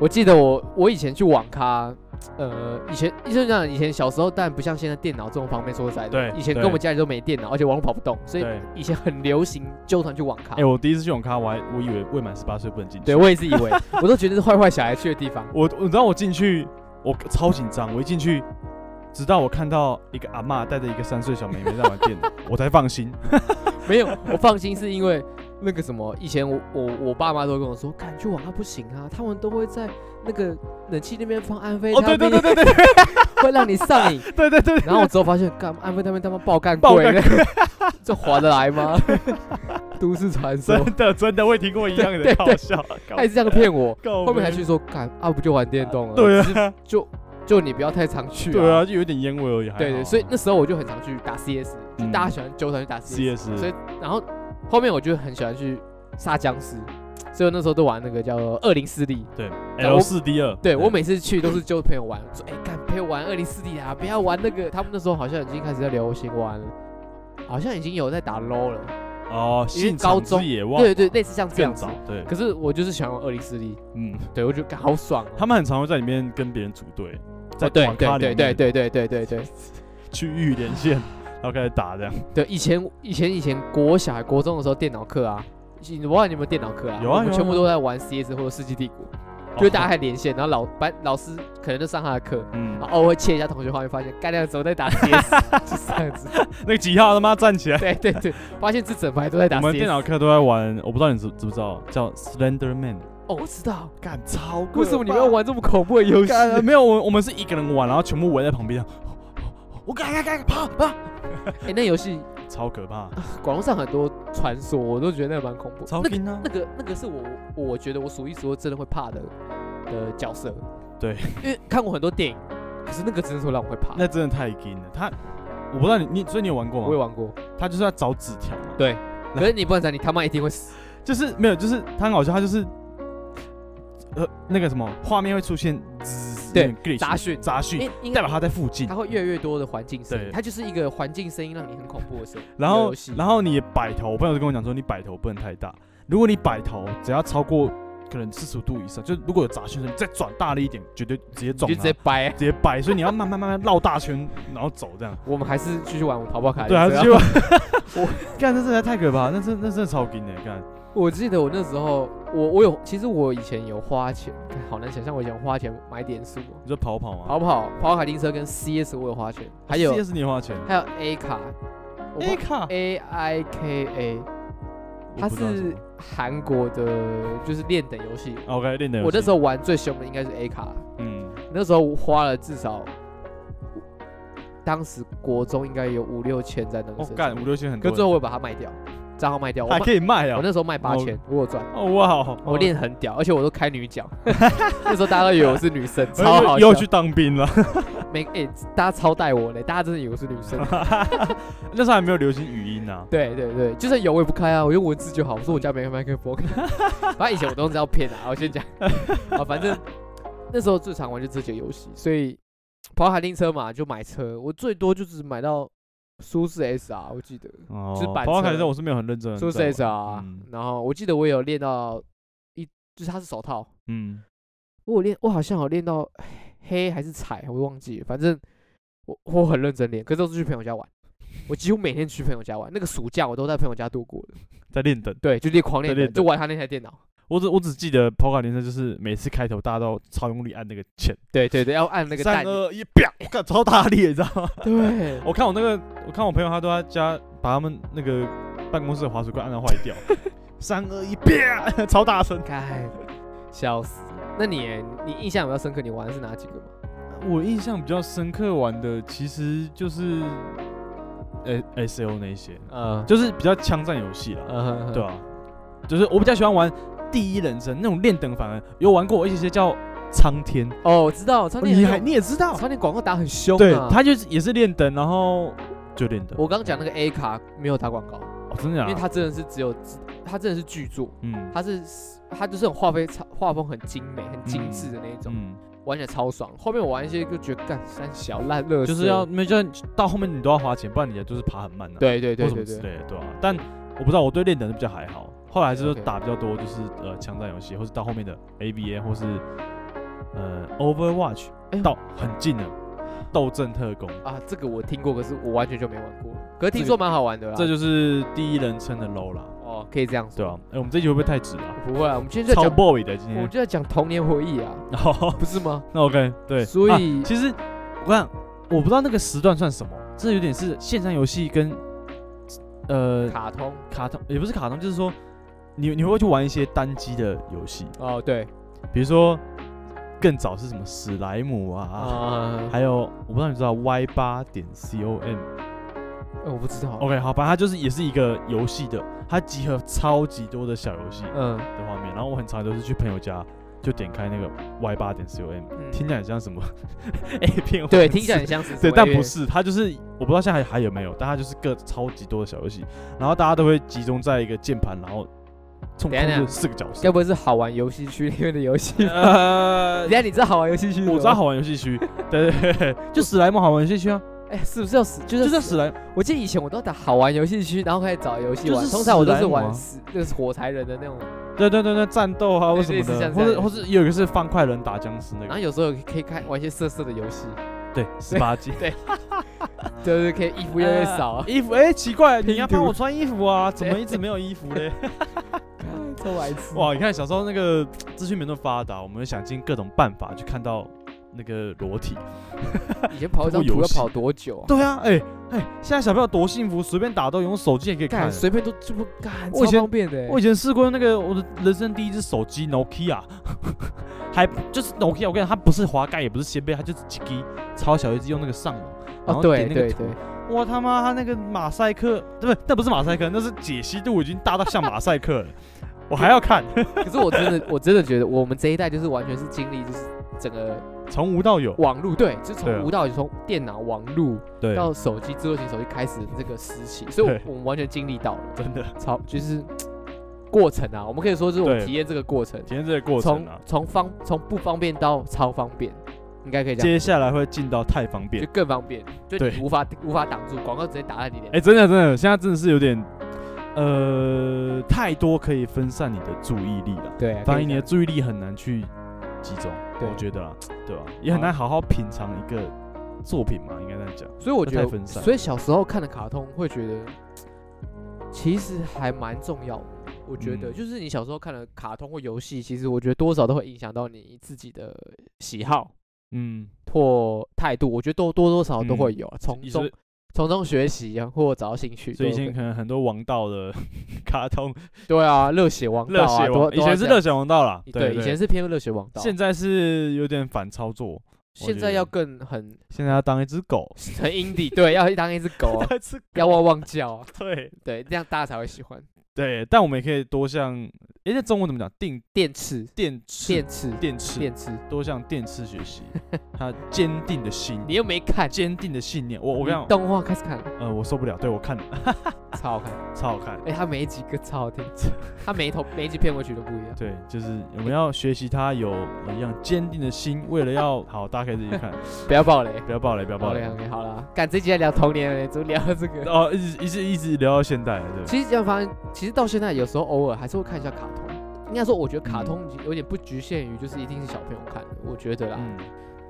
Speaker 2: 我记得我我以前去网咖，呃，以前就这样，以前小时候，但不像现在电脑这种方面说实在的，
Speaker 1: 对
Speaker 2: 以前
Speaker 1: 对
Speaker 2: 跟我们家里都没电脑，而且网络跑不动，所以
Speaker 1: 对
Speaker 2: 以前很流行纠团去网咖
Speaker 1: 哎、。我第一次去网咖，我还我以为未满十八岁不能进去，
Speaker 2: 对，我也是以 为，我都觉得是坏坏小孩去的地方。
Speaker 1: 我你知道我进去我超紧张，我一进去。直到我看到一个阿嬷带着一个三岁小妹妹在玩电脑，我才放 心。
Speaker 2: 没有，我放心是因为那个什么，以前我我我爸妈都会跟我说，赶去网咖不行啊，他们都会在那个冷气那边放安非
Speaker 1: 哦，
Speaker 2: 他
Speaker 1: 对对
Speaker 2: 命，
Speaker 1: 对对对对
Speaker 2: 会让你上瘾。
Speaker 1: 对对 对，
Speaker 2: 然后我之后发现，干安非他命他妈爆干
Speaker 1: 爆
Speaker 2: 贵， 这划得来吗？ 都市传说，
Speaker 1: 真的真的，我也听过一样
Speaker 2: 对对
Speaker 1: 的，好笑。
Speaker 2: 他也是这样骗我，
Speaker 1: 搞
Speaker 2: 后面还去说，干啊不就玩电动了，
Speaker 1: 对
Speaker 2: 只是
Speaker 1: 啊，
Speaker 2: 就就你不要太常去，
Speaker 1: 对啊，，就有点烟味而已。还
Speaker 2: 对
Speaker 1: 好
Speaker 2: 对，
Speaker 1: 啊
Speaker 2: 所以那时候我就很常去打 CS，就大家喜欢纠团去打 CS。
Speaker 1: CS
Speaker 2: 所以然后后面我就很喜欢去杀僵 尸，所以我那时候都玩那个叫恶灵势力。
Speaker 1: 对
Speaker 2: 然
Speaker 1: L
Speaker 2: 后
Speaker 1: 四 D 二，
Speaker 2: 对我每次去都是揪朋友玩，说哎干陪我玩恶灵势力啊，不要玩那个，他们那时候好像已经开始在流行玩，好像已经有在打 LO 了，
Speaker 1: 哦，
Speaker 2: 因为
Speaker 1: 信长
Speaker 2: 高
Speaker 1: 之
Speaker 2: 中
Speaker 1: 野望，
Speaker 2: 对对，类似像这样
Speaker 1: 更
Speaker 2: 子
Speaker 1: 早。，对，
Speaker 2: 可是我就是喜欢玩恶灵势力，
Speaker 1: 嗯，
Speaker 2: 对我就感好爽哦、
Speaker 1: 他们很常会在里面跟别人组队，在
Speaker 2: 哦对
Speaker 1: 网咖
Speaker 2: 对
Speaker 1: 里
Speaker 2: 对
Speaker 1: 面
Speaker 2: 对对对对对对
Speaker 1: 区域连线， 然后开始打这样。
Speaker 2: 对，以前以前以前国小还国中的时候电脑课啊，以我不知道你有没有电脑课啊？
Speaker 1: 有啊
Speaker 2: 我们
Speaker 1: 有啊
Speaker 2: 全部
Speaker 1: 有啊
Speaker 2: 都在玩 CS 或者世纪帝国。
Speaker 1: 哦
Speaker 2: 就是大家还连线，然后老班老师可能就上他的课，
Speaker 1: 嗯
Speaker 2: 然，后偶尔会切一下同学画面，发现干掉怎么在打 CS，就是这 样子。
Speaker 1: 那个几号他妈站起来。
Speaker 2: 对对对，发现这整排都在打
Speaker 1: 我
Speaker 2: CS。
Speaker 1: 们电脑课都在玩，我不知道你知知不知道，叫 Slender Man，
Speaker 2: 哦，我知道，
Speaker 1: 干超
Speaker 2: 为什么你们要玩这么恐怖的游戏？
Speaker 1: 干？没有，我我们是一个人玩，然后全部围在旁边，我干干干跑跑，
Speaker 2: 哎，那游戏
Speaker 1: 超可怕，
Speaker 2: 网络上很多传说，我都觉得那个蛮恐怖。
Speaker 1: 超
Speaker 2: 啊那个
Speaker 1: 拼啊！
Speaker 2: 那个那个是我我觉得我数一数二真的会怕的的角色。
Speaker 1: 对，
Speaker 2: 因为看过很多电影，可是那个真的会让我会怕。
Speaker 1: 那真的太硬了。他，我不知道你你，所以你有玩过吗？
Speaker 2: 我也玩过，
Speaker 1: 他就是要找纸条嘛。
Speaker 2: 对可是你不能讲，你他妈一定会 死。
Speaker 1: 就是没有，就是他很好笑，他就是呃那个什么画面会出现滋
Speaker 2: 对
Speaker 1: 那个 glitch
Speaker 2: 杂讯哎
Speaker 1: 杂
Speaker 2: 因
Speaker 1: 讯，
Speaker 2: 为因为
Speaker 1: 代表他在附近
Speaker 2: 它，会越来越多的环境声音
Speaker 1: 对，
Speaker 2: 它就是一个环境声音让你很恐怖的声音。
Speaker 1: 然后
Speaker 2: 游戏
Speaker 1: 然后你也摆头，我朋友就跟我讲说你摆头不能太大，如果你摆头只要超过可能四十度以上，就如果有杂讯声，你再转大力一点，绝对直接
Speaker 2: 你
Speaker 1: 撞
Speaker 2: 就
Speaker 1: 他，
Speaker 2: 直接掰。啊
Speaker 1: 直接掰，所以你要慢慢慢慢绕大圈，然后走这样。
Speaker 2: 我们还是继续玩我们跑跑卡。
Speaker 1: 对啊，
Speaker 2: 你知道
Speaker 1: 就 我 干，这实在太可怕，那真那真的超劲的，干。
Speaker 2: 我记得我那时候，我我有，其实我以前有花钱，看好难想象我以前花钱买点数哦，
Speaker 1: 你说跑跑吗？
Speaker 2: 跑跑跑跑卡丁车跟 CS 我有花钱，还有
Speaker 1: CS 你花钱
Speaker 2: 还有 A 卡我
Speaker 1: ，A
Speaker 2: 忘
Speaker 1: 卡，
Speaker 2: ，A I K A，它
Speaker 1: 我不知道什么
Speaker 2: 是韩国的，就是练等游戏。
Speaker 1: OK 练的。
Speaker 2: 我那时候玩最凶的应该是 A 卡，
Speaker 1: 嗯，
Speaker 2: 那时候我花了至少，当时国中应该有五六千在那个
Speaker 1: 哦
Speaker 2: 身上
Speaker 1: 干，五六千很多
Speaker 2: 可
Speaker 1: 人。
Speaker 2: 最后我也把它卖掉，账号卖掉，我
Speaker 1: 还
Speaker 2: 卖
Speaker 1: 可以卖
Speaker 2: 我
Speaker 1: 哦，
Speaker 2: 那时候卖八千，我有赚，
Speaker 1: 哦哇哦，
Speaker 2: 我练很屌，而且我都开女角， 那时候大家都以为我是女 生，
Speaker 1: 哦
Speaker 2: 超好笑
Speaker 1: 又，去当兵了，
Speaker 2: 每哎大家超带我嘞，大家真的以为 我是女生，
Speaker 1: 那时候还没有流行语音啊呢，
Speaker 2: 对对对，就算有我也不开啊，我用文字就好。我说我家没有麦克风， 反正以前我都是这样骗啊。我先 讲，啊，反正那时候最常玩就这几个游戏，所以跑卡丁车嘛，就买车，我最多就只买到舒适 S r 我记得
Speaker 1: 哦，
Speaker 2: 就是板车
Speaker 1: 跑跑凯车我是没有很认真地在
Speaker 2: 舒
Speaker 1: 玩，
Speaker 2: 适 S r 啊
Speaker 1: 嗯
Speaker 2: 然后我记得我有练到一，就是它是手套，
Speaker 1: 嗯，
Speaker 2: 我有练，我好像有练到 黑还是彩，我忘记了，反正我我很认真练，可是都是去朋友家玩，我几乎每天去朋友家玩，那个暑假我都在朋友家度过的。
Speaker 1: 在练等。
Speaker 2: 对，就练狂
Speaker 1: 在
Speaker 2: 练
Speaker 1: 练
Speaker 2: 的，就玩他那台电脑。
Speaker 1: 我只我只记得跑卡丁车就是每次开头大家都超用力按那个键，
Speaker 2: 对对对，要按那个
Speaker 1: 三
Speaker 2: 蛋。
Speaker 1: 二一，啪，我靠，超大力，你知道 吗？
Speaker 2: 对，
Speaker 1: 我看我那个，我看我朋友他都在家把他们那个办公室的滑鼠快按到坏 掉，三二一，啪， 超大声。
Speaker 2: 看，笑死。那你耶你印象比较深刻，你玩的是哪几个吗？
Speaker 1: 我印象比较深刻玩的其实就是呃 S O 那些，
Speaker 2: 嗯，
Speaker 1: 就是比较枪战游戏啦，
Speaker 2: 嗯，
Speaker 1: 对，啊，就是我比较喜欢玩第一人称那种练等，反而有玩过一些叫苍天，
Speaker 2: 哦，我知道，超
Speaker 1: 你
Speaker 2: 电
Speaker 1: 还你也知道，
Speaker 2: 超电广告打很凶啊。
Speaker 1: 对，他就是也是练等，然后就练等。
Speaker 2: 我刚刚讲那个 A 卡没有打广告，
Speaker 1: 哦，真的
Speaker 2: 因为
Speaker 1: 啊，
Speaker 2: 它真的是只有，它真的是巨作，
Speaker 1: 嗯
Speaker 2: 它是它就是很画风画风很精美、很精致的那一种，
Speaker 1: 嗯，
Speaker 2: 玩起来超爽。后面我玩一些就觉得干三小烂乐色，
Speaker 1: 就是要没就到后面你都要花钱，不然你就是爬很慢的、啊，
Speaker 2: 对对
Speaker 1: 或
Speaker 2: 对
Speaker 1: 什么
Speaker 2: 对
Speaker 1: 之
Speaker 2: 对，
Speaker 1: 类的，对啊。但我不知道，我对练等的比较还好，后来就是
Speaker 2: OK，OK
Speaker 1: 打比较多，就是呃枪战游戏，或是到后面的 ABA 或是呃 Overwatch
Speaker 2: 哎呦
Speaker 1: 到很近了，斗阵特工，
Speaker 2: 啊，这个我听过，可是我完全就没玩过。可
Speaker 1: 这
Speaker 2: 是听
Speaker 1: 个
Speaker 2: 说蛮好玩的啦，
Speaker 1: 这就是第一人称的 low 啦，
Speaker 2: 哦，可以这样说。
Speaker 1: 对啊。哎、我们这集会不会太直啊？
Speaker 2: 不会啊，我们今天就在
Speaker 1: 超
Speaker 2: 讲，
Speaker 1: boy 的今
Speaker 2: 我们
Speaker 1: 天，
Speaker 2: 就在讲童年回忆啊，
Speaker 1: 好，
Speaker 2: 不是吗？
Speaker 1: 那 OK 对，
Speaker 2: 所
Speaker 1: 啊
Speaker 2: 以
Speaker 1: 其实我看，我不知道那个时段算什么，这有点是线上游戏跟呃
Speaker 2: 卡通
Speaker 1: 卡通，也不是卡通，就是说你你会去玩一些单机的游戏，
Speaker 2: 哦，对
Speaker 1: 比如说更早是什么史莱姆啊，
Speaker 2: 啊，
Speaker 1: 还有我不知道你知道 Y 八点 com。
Speaker 2: 呃我不知道，
Speaker 1: OK，好，反正它就是也是一个游戏的，它集合超级多的小游戏的
Speaker 2: 嗯，
Speaker 1: 画面，然后我很常都是去朋友家。就点开那个 Y 八点 com，
Speaker 2: 嗯
Speaker 1: 听起来很像什么 A 片，
Speaker 2: 对，听起来很相似，
Speaker 1: 对，
Speaker 2: 什么
Speaker 1: 但
Speaker 2: 音乐
Speaker 1: 不，是，它就是我不知道现在还还有没有，但它就是各超级多的小游戏，然后大家都会集中在一个键盘，然后冲
Speaker 2: 等一下
Speaker 1: 控制四个角色
Speaker 2: 该。不会是好玩游戏区里面 的游戏？
Speaker 1: 呃
Speaker 2: 人，家你知道好玩游戏 区？
Speaker 1: 我知道，好玩游戏区，对对对， 就史莱姆好玩游戏区啊，
Speaker 2: 哎，是不是要死？就
Speaker 1: 就是是
Speaker 2: 要
Speaker 1: 史莱，
Speaker 2: 我记得以前我都要打好玩游戏区，然后开始找游戏
Speaker 1: 就是
Speaker 2: 玩，通常我都
Speaker 1: 史
Speaker 2: 是
Speaker 1: 莱姆啊
Speaker 2: 玩死就是火柴人的那种，
Speaker 1: 对对对对，战斗啊或
Speaker 2: 对
Speaker 1: 什
Speaker 2: 类
Speaker 1: 么
Speaker 2: 似像
Speaker 1: 的，
Speaker 2: 这
Speaker 1: 或者
Speaker 2: 样啊
Speaker 1: 或是有一个是方块人打僵尸那
Speaker 2: 然后
Speaker 1: 个，
Speaker 2: 有时候可以开玩一些色色的游戏，
Speaker 1: 对，十八 禁。
Speaker 2: 就是可以衣服越来越少啊，
Speaker 1: 衣服哎、奇怪，你
Speaker 2: 拼
Speaker 1: 要帮
Speaker 2: 图
Speaker 1: 我穿衣服啊？怎么一 直没有衣服嘞？
Speaker 2: 超白痴。
Speaker 1: 哇，你看小时候那个资讯没那么发达，我们想尽各种办法去看到那个裸体。
Speaker 2: 以前跑一张
Speaker 1: 通过
Speaker 2: 图
Speaker 1: 游
Speaker 2: 要
Speaker 1: 戏
Speaker 2: 跑多久啊？
Speaker 1: 对啊，哎、哎、现在小朋友多幸福，随便打都用手机也可以看
Speaker 2: 干。随便都这么干，
Speaker 1: 我以
Speaker 2: 超
Speaker 1: 前
Speaker 2: 方便的欸。
Speaker 1: 我以前试过那个我的人生第一只手机 Nokia，还就是 Nokia，我跟你讲，它不是滑盖，也不是掀背，它就是几 G 超小一只用那个上网，然
Speaker 2: 哦，
Speaker 1: 后
Speaker 2: 对
Speaker 1: 点那
Speaker 2: 对
Speaker 1: 个图。
Speaker 2: 对，
Speaker 1: 我他妈，它那个马赛克，对不对？那不是马赛克，那是解析度已经大到像马赛克 了，我还要看，
Speaker 2: 可是我真的我真的觉得我们这一代就是完全是经历就是整个
Speaker 1: 从无到有。
Speaker 2: 网络，对，就
Speaker 1: 对啊
Speaker 2: 从无到有，从电脑、网络
Speaker 1: 对，
Speaker 2: 到手机、智慧型手机开始的这个时期，所以
Speaker 1: 对
Speaker 2: 我我们完全经历到了，
Speaker 1: 真的
Speaker 2: 超就是过程啊，我们可以说是我们
Speaker 1: 对
Speaker 2: 体验这个过程，
Speaker 1: 体验这个过程
Speaker 2: 从
Speaker 1: 啊。
Speaker 2: 从方从不方便到超方便，应该可以这样，
Speaker 1: 接下来会进到太方便
Speaker 2: 就。更方便，就
Speaker 1: 对
Speaker 2: 你无法无法挡住广告直接打在你脸
Speaker 1: 哎、，真的真的，现在真的是有点，呃，太多可以分散你的注意力了，
Speaker 2: 对啊，
Speaker 1: 反
Speaker 2: 可
Speaker 1: 而
Speaker 2: 以
Speaker 1: 你
Speaker 2: 这
Speaker 1: 的
Speaker 2: 样
Speaker 1: 注意力很难去集中，
Speaker 2: 对啊
Speaker 1: 我觉得啦，对吧、也很难好好品尝一个作品嘛，应该这样讲。
Speaker 2: 所以我
Speaker 1: 那
Speaker 2: 觉
Speaker 1: 太分
Speaker 2: 得，
Speaker 1: 散
Speaker 2: 所以小时候看的卡通会觉得，其实还蛮重要的。我觉得，
Speaker 1: 嗯
Speaker 2: 就是你小时候看的卡通或游戏，其实我觉得多少都会影响到你自己的喜好
Speaker 1: 嗯，
Speaker 2: 或态度。我觉得多多多少少都会有啊，从
Speaker 1: 也
Speaker 2: 中
Speaker 1: 是
Speaker 2: 从中学习啊，或找到兴趣。
Speaker 1: 所以以
Speaker 2: 都
Speaker 1: 前
Speaker 2: 会
Speaker 1: 可能很多王道的 卡通，
Speaker 2: 对啊，热血王道
Speaker 1: 热
Speaker 2: 啊，
Speaker 1: 血
Speaker 2: 都
Speaker 1: 王，
Speaker 2: 都
Speaker 1: 以
Speaker 2: 要
Speaker 1: 前是
Speaker 2: 这样
Speaker 1: 热血王道啦，
Speaker 2: 对，以前
Speaker 1: 是，
Speaker 2: 是偏热血王道。
Speaker 1: 现在是有点反操作，我
Speaker 2: 现
Speaker 1: 觉
Speaker 2: 在要
Speaker 1: 得
Speaker 2: 更很
Speaker 1: 现在要当一只狗，，
Speaker 2: 很 indie，对，要当一只狗 啊
Speaker 1: 只
Speaker 2: 要汪汪叫啊，
Speaker 1: 对
Speaker 2: 对，这样大家才会喜欢。
Speaker 1: 对，但我们也可以多向，诶，那中文怎么讲？电
Speaker 2: 电池，
Speaker 1: 电池
Speaker 2: 电池，
Speaker 1: 电池
Speaker 2: 电池，
Speaker 1: 多向电池学 习，他坚定的心，
Speaker 2: 你又没看，
Speaker 1: 坚定的信念。我我
Speaker 2: 你
Speaker 1: 跟你讲，
Speaker 2: 动画开始看了，
Speaker 1: 呃，我受不了，对我看了
Speaker 2: 超好看。
Speaker 1: 超好看。
Speaker 2: 哎，它每一集歌超好听，它每一头每一集片尾曲都不一样。
Speaker 1: 对，就是我们要学习他有呃一样坚定的心，为了要好，大家可以自己 看，
Speaker 2: 不要爆雷，
Speaker 1: 不要爆雷，不要爆
Speaker 2: 爆
Speaker 1: 雷
Speaker 2: 雷。，OK，好了，赶这集来聊童年了，怎么聊到这个？
Speaker 1: 哦，一直一直一直聊到现代，对，
Speaker 2: 其实这样发现，其实到现在有时候偶尔还是会看一下卡通。应该说，我觉得卡通已经有点不局限于就是一定是小朋友看的，我觉得啦。
Speaker 1: 嗯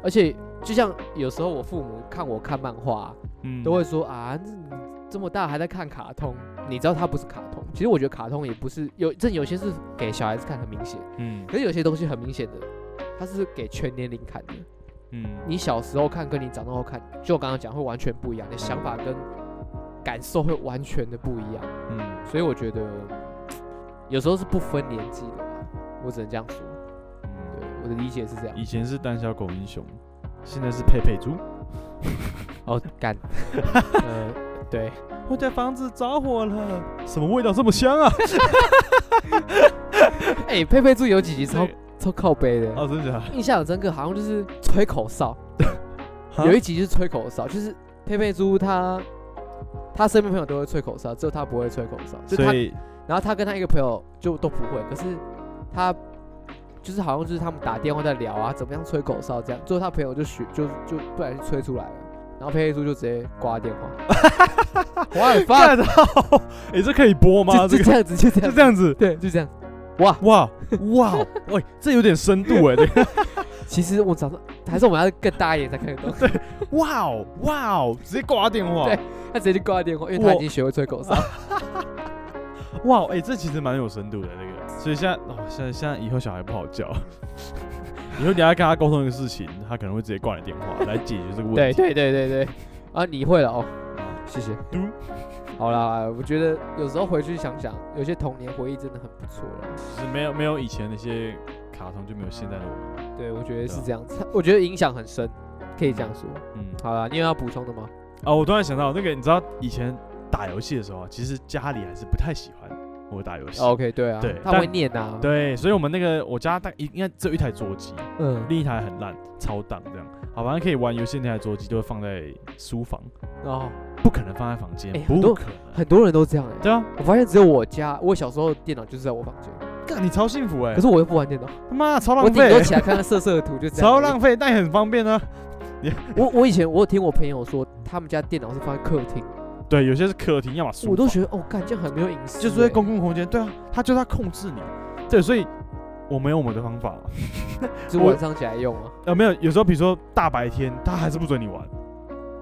Speaker 2: 而且就像有时候我父母看我看漫画啊、
Speaker 1: 嗯
Speaker 2: 都会说啊，这你这么大还在看卡通，你知道它不是卡通。其实我觉得卡通也不是有，这有些是给小孩子看很明显，
Speaker 1: 嗯
Speaker 2: 可是有些东西很明显的，它是给全年龄看的。
Speaker 1: 嗯
Speaker 2: 你小时候看跟你长大后看，就我刚刚讲会完全不一样，你的想法跟感受会完全的不一样。
Speaker 1: 嗯，
Speaker 2: 所以我觉得有时候是不分年纪的啦，我只能这样说。对，我的理解是这样。
Speaker 1: 嗯以前是胆小狗英雄，现在是佩佩猪。
Speaker 2: 哦，干，呃，对，
Speaker 1: 我家房子着火了，什么味道这么香啊？
Speaker 2: 哎、佩佩猪有几集超
Speaker 1: 对
Speaker 2: 超靠背的，
Speaker 1: 哦，真的假的？
Speaker 2: 印象很深刻，好像就是吹口哨，
Speaker 1: 哈
Speaker 2: 有一集是吹口哨，就是佩佩猪他他身边朋友都会吹口哨，只有他不会吹口哨，就
Speaker 1: 所
Speaker 2: 他，
Speaker 1: 以
Speaker 2: 然后他跟他一个朋友就都不会，可是他。就是好像就是他们打电话在聊啊，怎么样吹口哨这样，最后他朋友就学就就不小心吹出来了，然后佩佩猪就直接挂电话，哇，发
Speaker 1: 看到， 哎，这可以播吗？
Speaker 2: 就
Speaker 1: 这个
Speaker 2: 就这样子，就这
Speaker 1: 就
Speaker 2: 样
Speaker 1: 这，样子，
Speaker 2: 对，就这样，哇，
Speaker 1: 哇哇，喂，这有点深度哎，这个
Speaker 2: 其实我早上还是我们要更大一点才看得懂，
Speaker 1: 哇哦哇哦，直接挂电话
Speaker 2: 对，他直接就挂电话，因为他已经学会吹口哨。
Speaker 1: 哇哦，哎，这其实蛮有深度的那个，所以现在哦，现在现在以后小孩不好教，以后你要跟他沟通一个事情，他可能会直接挂你电话来解决这个问
Speaker 2: 对
Speaker 1: 题。
Speaker 2: 对对对嗯对，啊，你会了哦，谢谢
Speaker 1: 嘟。
Speaker 2: 好啦，我觉得有时候回去想想，有些童年回忆真的很不错了。
Speaker 1: 就是没有没有以前那些卡通就没有现在的我们，
Speaker 2: 对，我觉得是这样子，我觉得影响很深，可以这样说。
Speaker 1: 啊嗯。
Speaker 2: 好啦，你有要补充的吗？
Speaker 1: 啊，我突然想到那个，你知道以前打游戏的时候啊，其实家里还是不太喜欢我打游戏。
Speaker 2: 哦 OK，对啊，
Speaker 1: 对
Speaker 2: 他
Speaker 1: 但
Speaker 2: 会念啊，，
Speaker 1: 对，所以我们那个我家大应该只有一台桌机，
Speaker 2: 嗯，
Speaker 1: 另一台很烂，超档这样。好，反正可以玩游戏那台桌机都会放在书房，
Speaker 2: 哦，
Speaker 1: 不可能放在房间，
Speaker 2: 哎很
Speaker 1: 不
Speaker 2: 多
Speaker 1: 可能。
Speaker 2: 很多人都这样哎，
Speaker 1: 对啊，
Speaker 2: 我发现只有我家，我小时候的电脑就是在我房间，
Speaker 1: 干你超幸福哎、
Speaker 2: 可是我又不玩电脑，
Speaker 1: 他妈超
Speaker 2: 我
Speaker 1: 浪
Speaker 2: 顶多
Speaker 1: 费，
Speaker 2: 起来看看色色的图就这样而已。
Speaker 1: 超浪费，但也很方便啊。
Speaker 2: 我我以前我有听我朋友说，他们家电脑是放在客厅，
Speaker 1: 对，有些是客厅，要么书
Speaker 2: 我都
Speaker 1: 房
Speaker 2: 觉得哦，干这样很没有隐私欸，
Speaker 1: 就是在公共空间。对啊，他就是要控制你。对，所以我们有我们的方法嘛。
Speaker 2: 就晚上起来用啊。
Speaker 1: 呃，没有，有时候比如说大白天，他还是不准你玩。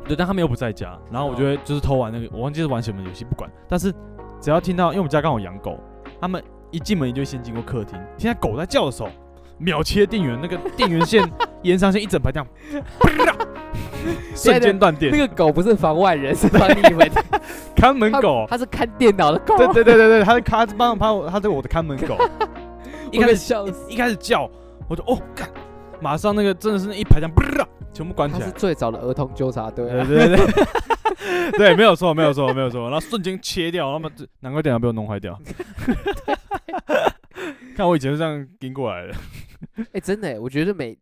Speaker 1: 对，但他们又不在家，然后我
Speaker 2: 哦
Speaker 1: 就会就是偷玩那个，我忘记是玩什么游戏，不管。但是只要听到，因为我们家刚好养狗，他们一进门就会先经过客厅，听到狗在叫的时候，秒切电源，那 个电源线延长线一整排这样，啪瞬间断电
Speaker 2: 那，个狗不是防外人，是防 你们。
Speaker 1: 看门
Speaker 2: 它
Speaker 1: 狗。
Speaker 2: 它是看电脑的狗。
Speaker 1: 对对对对对，他他帮帮我，他对我的看门 狗，一
Speaker 2: 我
Speaker 1: 开
Speaker 2: 被
Speaker 1: 始
Speaker 2: 笑死。
Speaker 1: 一开始叫，我就哦，干，马上那个真的是那一排这样，啪全部关
Speaker 2: 它
Speaker 1: 起来
Speaker 2: 是。最早的儿童纠 察队啊。
Speaker 1: 对对对，对，没有错，没有错，没有错。然后瞬间切掉，那么这难怪电脑被我弄坏 掉。看我以前是这样跟过来的，
Speaker 2: 哎，真的欸，我觉得每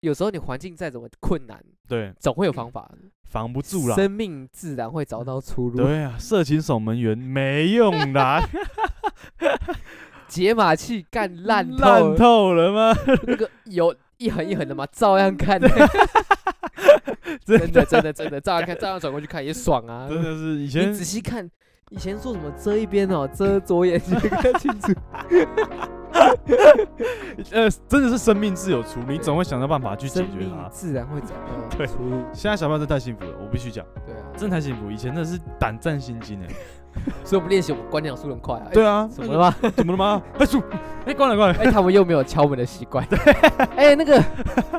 Speaker 2: 有时候你环境再怎么困难，
Speaker 1: 对，
Speaker 2: 总会有方法的，
Speaker 1: 防不嗯住啦。
Speaker 2: 生命自然会找到出路。
Speaker 1: 对啊，色情守门员没用啦，
Speaker 2: 解码器干 烂
Speaker 1: 嗯
Speaker 2: 透
Speaker 1: 烂
Speaker 2: 了，
Speaker 1: 透了吗？
Speaker 2: 那个有一横一横的 嘛，照样看。真
Speaker 1: 真
Speaker 2: 的
Speaker 1: 的，
Speaker 2: 真的真的，照样看，照样转过去看也爽啊。
Speaker 1: 真的是以前
Speaker 2: 你仔细看，以前说什么遮一边哦，遮左眼 睛看清楚。
Speaker 1: 呃，真的是生命自有出，你总会想到办法去解
Speaker 2: 生
Speaker 1: 决
Speaker 2: 命
Speaker 1: 它。
Speaker 2: 自然会找 到
Speaker 1: 对
Speaker 2: 出路。
Speaker 1: 现在小朋友真的太幸福了，我必须讲，
Speaker 2: 对啊，
Speaker 1: 真的太幸福。以前真的是胆战心惊哎。
Speaker 2: 所以我们练习，我们观鸟速度很快啊。哎
Speaker 1: 对啊，
Speaker 2: 怎么了吗？
Speaker 1: 怎么了吗？哎，叔，哎，关了关了。
Speaker 2: 哎，他们又没有敲门的习惯。哎，那个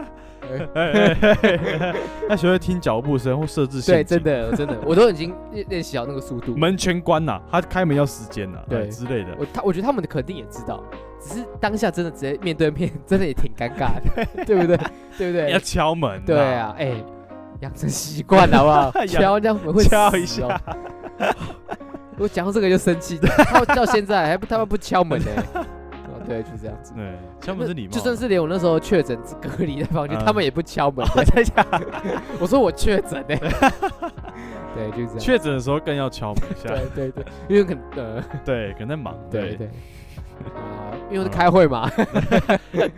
Speaker 1: 哎哎哎要学会听脚步声或设置陷
Speaker 2: 对，
Speaker 1: 阱。
Speaker 2: 真的真的，我都已经练练习好那个速度。
Speaker 1: 门全关呐、他开门要时间呐、
Speaker 2: 对
Speaker 1: 哎之类的。
Speaker 2: 我他我觉得他们肯定也知道，只是当下真的直接面对面，真的也挺尴尬的， 对不对？对不
Speaker 1: 要
Speaker 2: 对？
Speaker 1: 敲门、
Speaker 2: 对啊，，哎、养成习惯好不好
Speaker 1: ？养
Speaker 2: 敲人家门会
Speaker 1: 敲一
Speaker 2: 死
Speaker 1: 下
Speaker 2: 哦。 我讲到这个就生气，到到现在还不他妈不敲门呢、哦对，就是这样子。
Speaker 1: 对，敲门是礼貌啊，
Speaker 2: 就算是连我那时候确诊隔离的房间，
Speaker 1: 嗯
Speaker 2: 他们也不敲门。
Speaker 1: 在家
Speaker 2: 我说我确诊 呢， 对，就是这样。
Speaker 1: 确诊的时候更要敲门一下。
Speaker 2: 对对对，因为可能呃，
Speaker 1: 对，可能在忙。
Speaker 2: 对对，啊， 因为是开会嘛，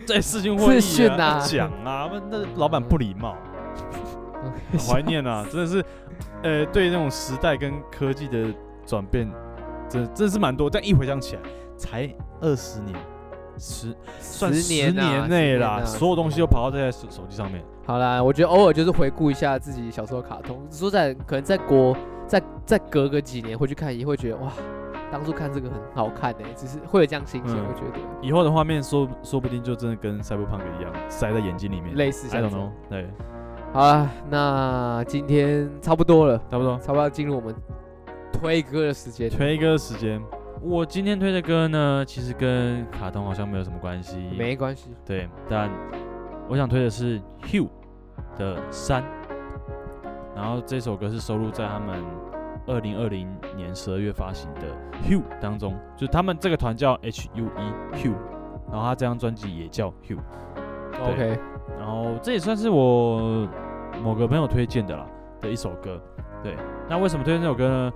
Speaker 1: 在视讯会
Speaker 2: 视讯
Speaker 1: 议
Speaker 2: 啊
Speaker 1: 讲啊，那那老板不礼 貌，很怀念啊，真的是，呃，对那种时代跟科技的转变，真真是蛮多。但一回想起来，才二十年，十算
Speaker 2: 十
Speaker 1: 十
Speaker 2: 年啊
Speaker 1: 年
Speaker 2: 十
Speaker 1: 内
Speaker 2: 年
Speaker 1: 啦，
Speaker 2: 啊
Speaker 1: 所有东西都跑到这台手手机上面。
Speaker 2: 好啦，我觉得偶尔就是回顾一下自己小时候的卡通，说在可能在国再再隔个几年回去看，也会觉得哇，当初看这个很好看呢、只是会有这样心情，
Speaker 1: 嗯
Speaker 2: 我觉得
Speaker 1: 以后的画面说说不定就真的跟 Cyberpunk 一样塞在眼睛里面。
Speaker 2: 类似
Speaker 1: I
Speaker 2: 像
Speaker 1: don't
Speaker 2: 这样
Speaker 1: know，。对，
Speaker 2: 好啦，那今天差不多了，
Speaker 1: 差不多。
Speaker 2: 差不多要进入我们推歌的时间。
Speaker 1: 推歌时间，我今天推的歌呢，其实跟卡通好像没有什么关系。
Speaker 2: 没关系，
Speaker 1: 对，但我想推的是 Hugh 的《山》，然后这首歌是收录在他们二零二零年十二月发行的《Hugh》当中，就是他们这个团叫 H U E Hugh，然后他这张专辑也叫 Hugh，
Speaker 2: OK，
Speaker 1: 然后这也算是我某个朋友推荐的啦的一首歌。对，那为什么推荐这首歌呢？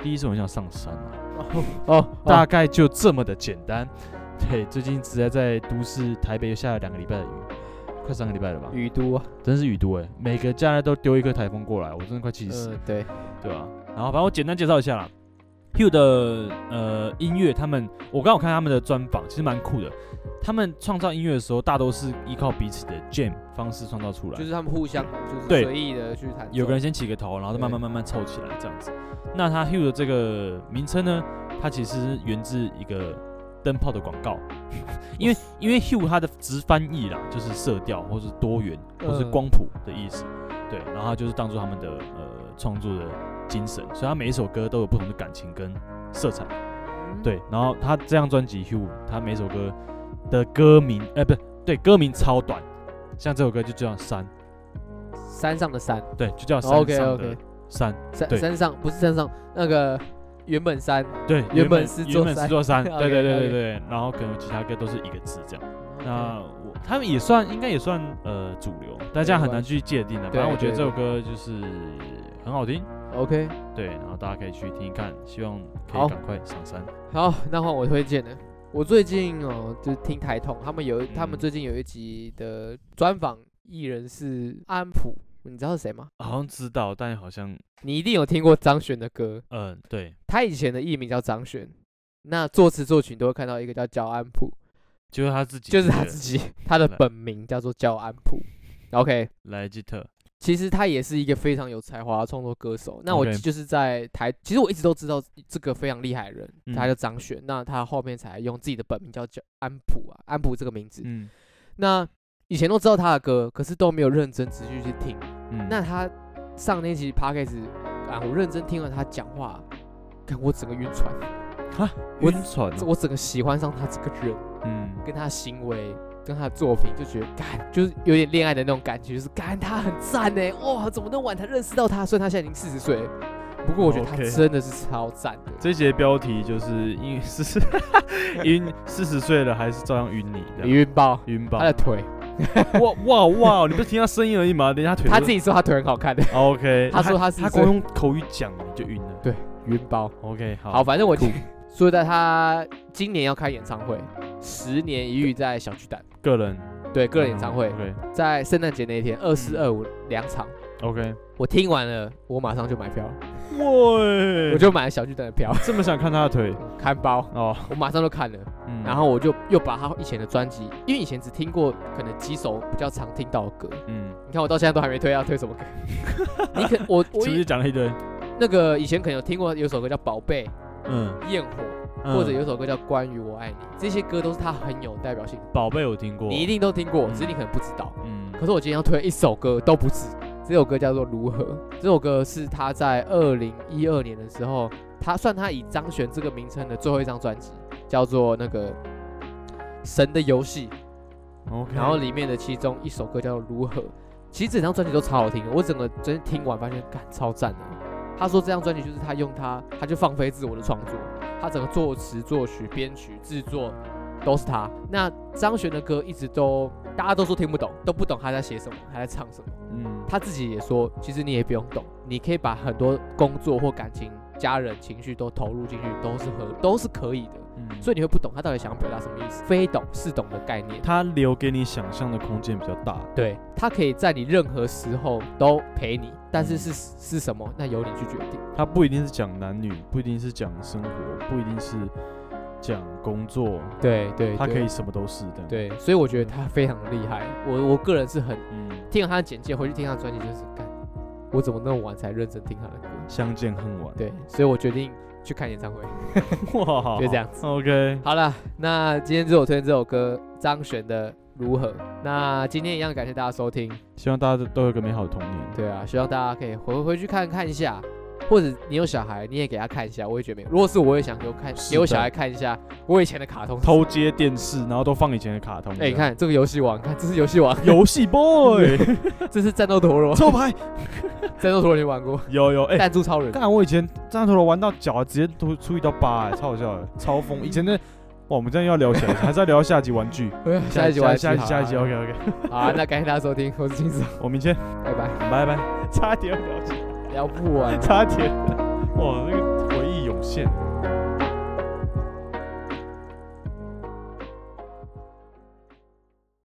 Speaker 1: 第一是我很想上山啊。
Speaker 2: 哦，
Speaker 1: 大
Speaker 2: 大
Speaker 1: 概就这么的简单。 对，最近实在在都市台北又下了两个礼拜的雨，快三个礼拜了吧？
Speaker 2: 雨都啊，
Speaker 1: 真是雨都哎、每个假日都丢一颗台风过来，我真的快气死了，
Speaker 2: 嗯，对，
Speaker 1: 对啊？然后反正我简单介绍一下啦。Hugh 的呃音乐，他们我刚好看他们的专访，其实蛮酷的。他们创造音乐的时候，大都是依靠彼此的 jam 方式创造出来，
Speaker 2: 就是他们互相就是
Speaker 1: 对
Speaker 2: 随意的去弹奏，
Speaker 1: 有个人先起个头，然后再慢慢慢慢凑起来这样子。那它 Hue 的这个名称呢，它其实是源自一个灯泡的广告，因为因为 Hue 它的直翻译啦，就是色调或是多元或是
Speaker 2: 嗯
Speaker 1: 光谱的意思。对，然后它就是当做他们的呃创作的精神，所以它每一首歌都有不同的感情跟色彩。
Speaker 2: 嗯，
Speaker 1: 对，然后他这张专辑《Hugh》，他每首歌的歌名，呃，不对，歌名超短，像这首歌就叫山，
Speaker 2: 山上的山哦
Speaker 1: 对，就哦叫山上
Speaker 2: ，OK
Speaker 1: 的
Speaker 2: OK，
Speaker 1: 山。
Speaker 2: 山
Speaker 1: 对
Speaker 2: 山上不是山上那个原本山，
Speaker 1: 对，
Speaker 2: 原本是
Speaker 1: 原
Speaker 2: 座
Speaker 1: 本是
Speaker 2: 山
Speaker 1: 座 山，
Speaker 2: OK，
Speaker 1: 对对对对
Speaker 2: OK
Speaker 1: 对，然后可能其他歌都是一个字这样。
Speaker 2: 嗯
Speaker 1: 那我他们也算应该也算呃主流，但这样很难去界定的。反
Speaker 2: 对
Speaker 1: 正我觉得
Speaker 2: 对
Speaker 1: 这首歌就是很好听，
Speaker 2: OK，
Speaker 1: 对，然后大家可以去听听看，希望可
Speaker 2: 好
Speaker 1: 以赶快上山。
Speaker 2: 好，那换我推荐的。我最近哦，就是听台通，他们有他们
Speaker 1: 嗯
Speaker 2: 最近有一集的专访艺人是安普，你知道是谁吗？
Speaker 1: 好像知道，但好像
Speaker 2: 你一定有听过张悬的歌，
Speaker 1: 嗯、对，
Speaker 2: 他以前的艺名叫张悬，那作词作曲你都会看到一个叫焦安普，
Speaker 1: 就是他自己，
Speaker 2: 就是他自己，他的本名叫做焦安普。OK，
Speaker 1: 莱吉特，
Speaker 2: 其实他也是一个非常有才华的创作歌手。那我
Speaker 1: OK
Speaker 2: 就是在台其实我一直都知道这个非常厉害的人，
Speaker 1: 嗯
Speaker 2: 他叫张悬。那他后面才用自己的本名叫焦安普啊，安普这个名字。
Speaker 1: 嗯
Speaker 2: 那以前都知道他的歌，可是都没有认真仔细去听。
Speaker 1: 嗯，
Speaker 2: 那他上那集 p o d c a s 啊，我认真听了他讲话，看我整个晕船，我
Speaker 1: 晕船了，
Speaker 2: 我整个喜欢上他这个人，
Speaker 1: 嗯，
Speaker 2: 跟他的行为，跟他的作品，就觉得干，就是有点恋爱的那种感觉，就是干他很赞呢，哇，怎么那么晚才认识到他？虽然他现在已经四十岁了，不过我觉得他
Speaker 1: 哦 OK
Speaker 2: 真的是超赞的。
Speaker 1: 这节标题就是因是 晕四十岁了还是照样晕你这
Speaker 2: 你
Speaker 1: 样，
Speaker 2: 晕爆
Speaker 1: 晕吧
Speaker 2: 他。的腿，
Speaker 1: 哇哇哇！你不是听他声音而已吗？等一下腿
Speaker 2: 他自己说他腿很好看的，
Speaker 1: OK，
Speaker 2: 他说他是
Speaker 1: 他光用口语讲你就晕了。
Speaker 2: 对晕爆。
Speaker 1: OK，好，
Speaker 2: 好，，反正我
Speaker 1: 酷
Speaker 2: 说在他今年要开演唱会，十年一遇在小巨蛋，
Speaker 1: 个人嗯
Speaker 2: 对个人演唱会，
Speaker 1: 哦 OK 嗯
Speaker 2: 在圣诞节那一天，二四二五两场。
Speaker 1: OK，
Speaker 2: 我听完了，我马上就买票了，
Speaker 1: 喂，
Speaker 2: 我就买了小巨蛋的票，
Speaker 1: 这么想看他的腿
Speaker 2: 看包，
Speaker 1: 哦，
Speaker 2: 我马上就看了。
Speaker 1: 嗯
Speaker 2: 然后我就又把他以前的专辑，因为以前只听过可能几首比较常听到的歌，
Speaker 1: 嗯，
Speaker 2: 你看我到现在都还没推啊要推什么歌。 你可 我我
Speaker 1: 是不是讲了一堆？
Speaker 2: 那个以前可能有听过有首歌叫《宝贝
Speaker 1: 嗯
Speaker 2: 焰火》，或者有一首歌叫《关于我爱你》，这些歌都是他很有代表性的，
Speaker 1: 宝贝有听过，
Speaker 2: 你一定都听过，
Speaker 1: 嗯
Speaker 2: 只是你可能不知道。
Speaker 1: 嗯
Speaker 2: 可是我今天要推一首歌都不止，这首歌叫做《如何》，这首歌是他在二零一二年的时候，他算他以张悬这个名称的最后一张专辑，叫做那个《神的游戏》，
Speaker 1: ，OK，
Speaker 2: 然后里面的其中一首歌叫做《如何》，其实整张专辑都超好听的，我整个真听完发现，干超赞的。他说这张专辑就是他用他，他就放飞自我的创作，他整个作词、作曲、编曲、制作都是他。那张悬的歌一直都大家都说听不懂，都不懂他在写什么，他在唱什么。
Speaker 1: 嗯，
Speaker 2: 他自己也说，其实你也不用懂，你可以把很多工作或感情、家人、情绪都投入进去，都是合，都是可以的。
Speaker 1: 嗯
Speaker 2: 所以你会不懂他到底想要表达什么意思，非懂是懂的概念。
Speaker 1: 他留给你想象的空间比较大，
Speaker 2: 对，他可以在你任何时候都陪你，但是是是什么，那由你去决定。
Speaker 1: 他不一定是讲男女，不一定是讲生活，不一定是讲工作，
Speaker 2: 对对
Speaker 1: 他可以什么都是这样，，
Speaker 2: 对，所以我觉得他非常厉害。我我个人是很
Speaker 1: 嗯，
Speaker 2: 听了他的简介，回去听他的专辑，就是干，我怎么那么晚才认真听他的歌？
Speaker 1: 相见恨晚，
Speaker 2: 对，所以我决定去看演唱会。
Speaker 1: 哇，
Speaker 2: 就这样子
Speaker 1: ，OK，
Speaker 2: 好了，那今天就我推荐这首歌张悬的《如何》。那今天一样感谢大家收听。
Speaker 1: 希望大家都有个美好的童年，
Speaker 2: 对啊，希望大家可以回回去看看一下，或者你有小孩，你也给他看一下。我也觉得没有，如果是我也想给我看，
Speaker 1: 是的
Speaker 2: 给我小孩看一下我以前的卡通。
Speaker 1: 偷接电视，然后都放以前的卡通，
Speaker 2: 哎、你看这个游戏王，看这是游戏王，
Speaker 1: 游戏 boy
Speaker 2: 这是战斗陀螺，
Speaker 1: 抽牌，
Speaker 2: 战斗陀螺你玩过？
Speaker 1: 有有，哎，
Speaker 2: 弹珠 超人，
Speaker 1: 干，我以前战陀螺玩到脚啊直接突出一道疤、 哎，超好笑的，超疯。以前那，哇，我们这样又要聊起来，还是要聊下集玩具，
Speaker 2: 下一集玩
Speaker 1: 哎下一集下一集，OK OK，
Speaker 2: 好啊，那感谢大家收听，我是金子，
Speaker 1: 我明天
Speaker 2: 拜拜。
Speaker 1: 拜 拜，差点聊起来，
Speaker 2: 聊不完。
Speaker 1: 差点，哇，那个回忆涌现。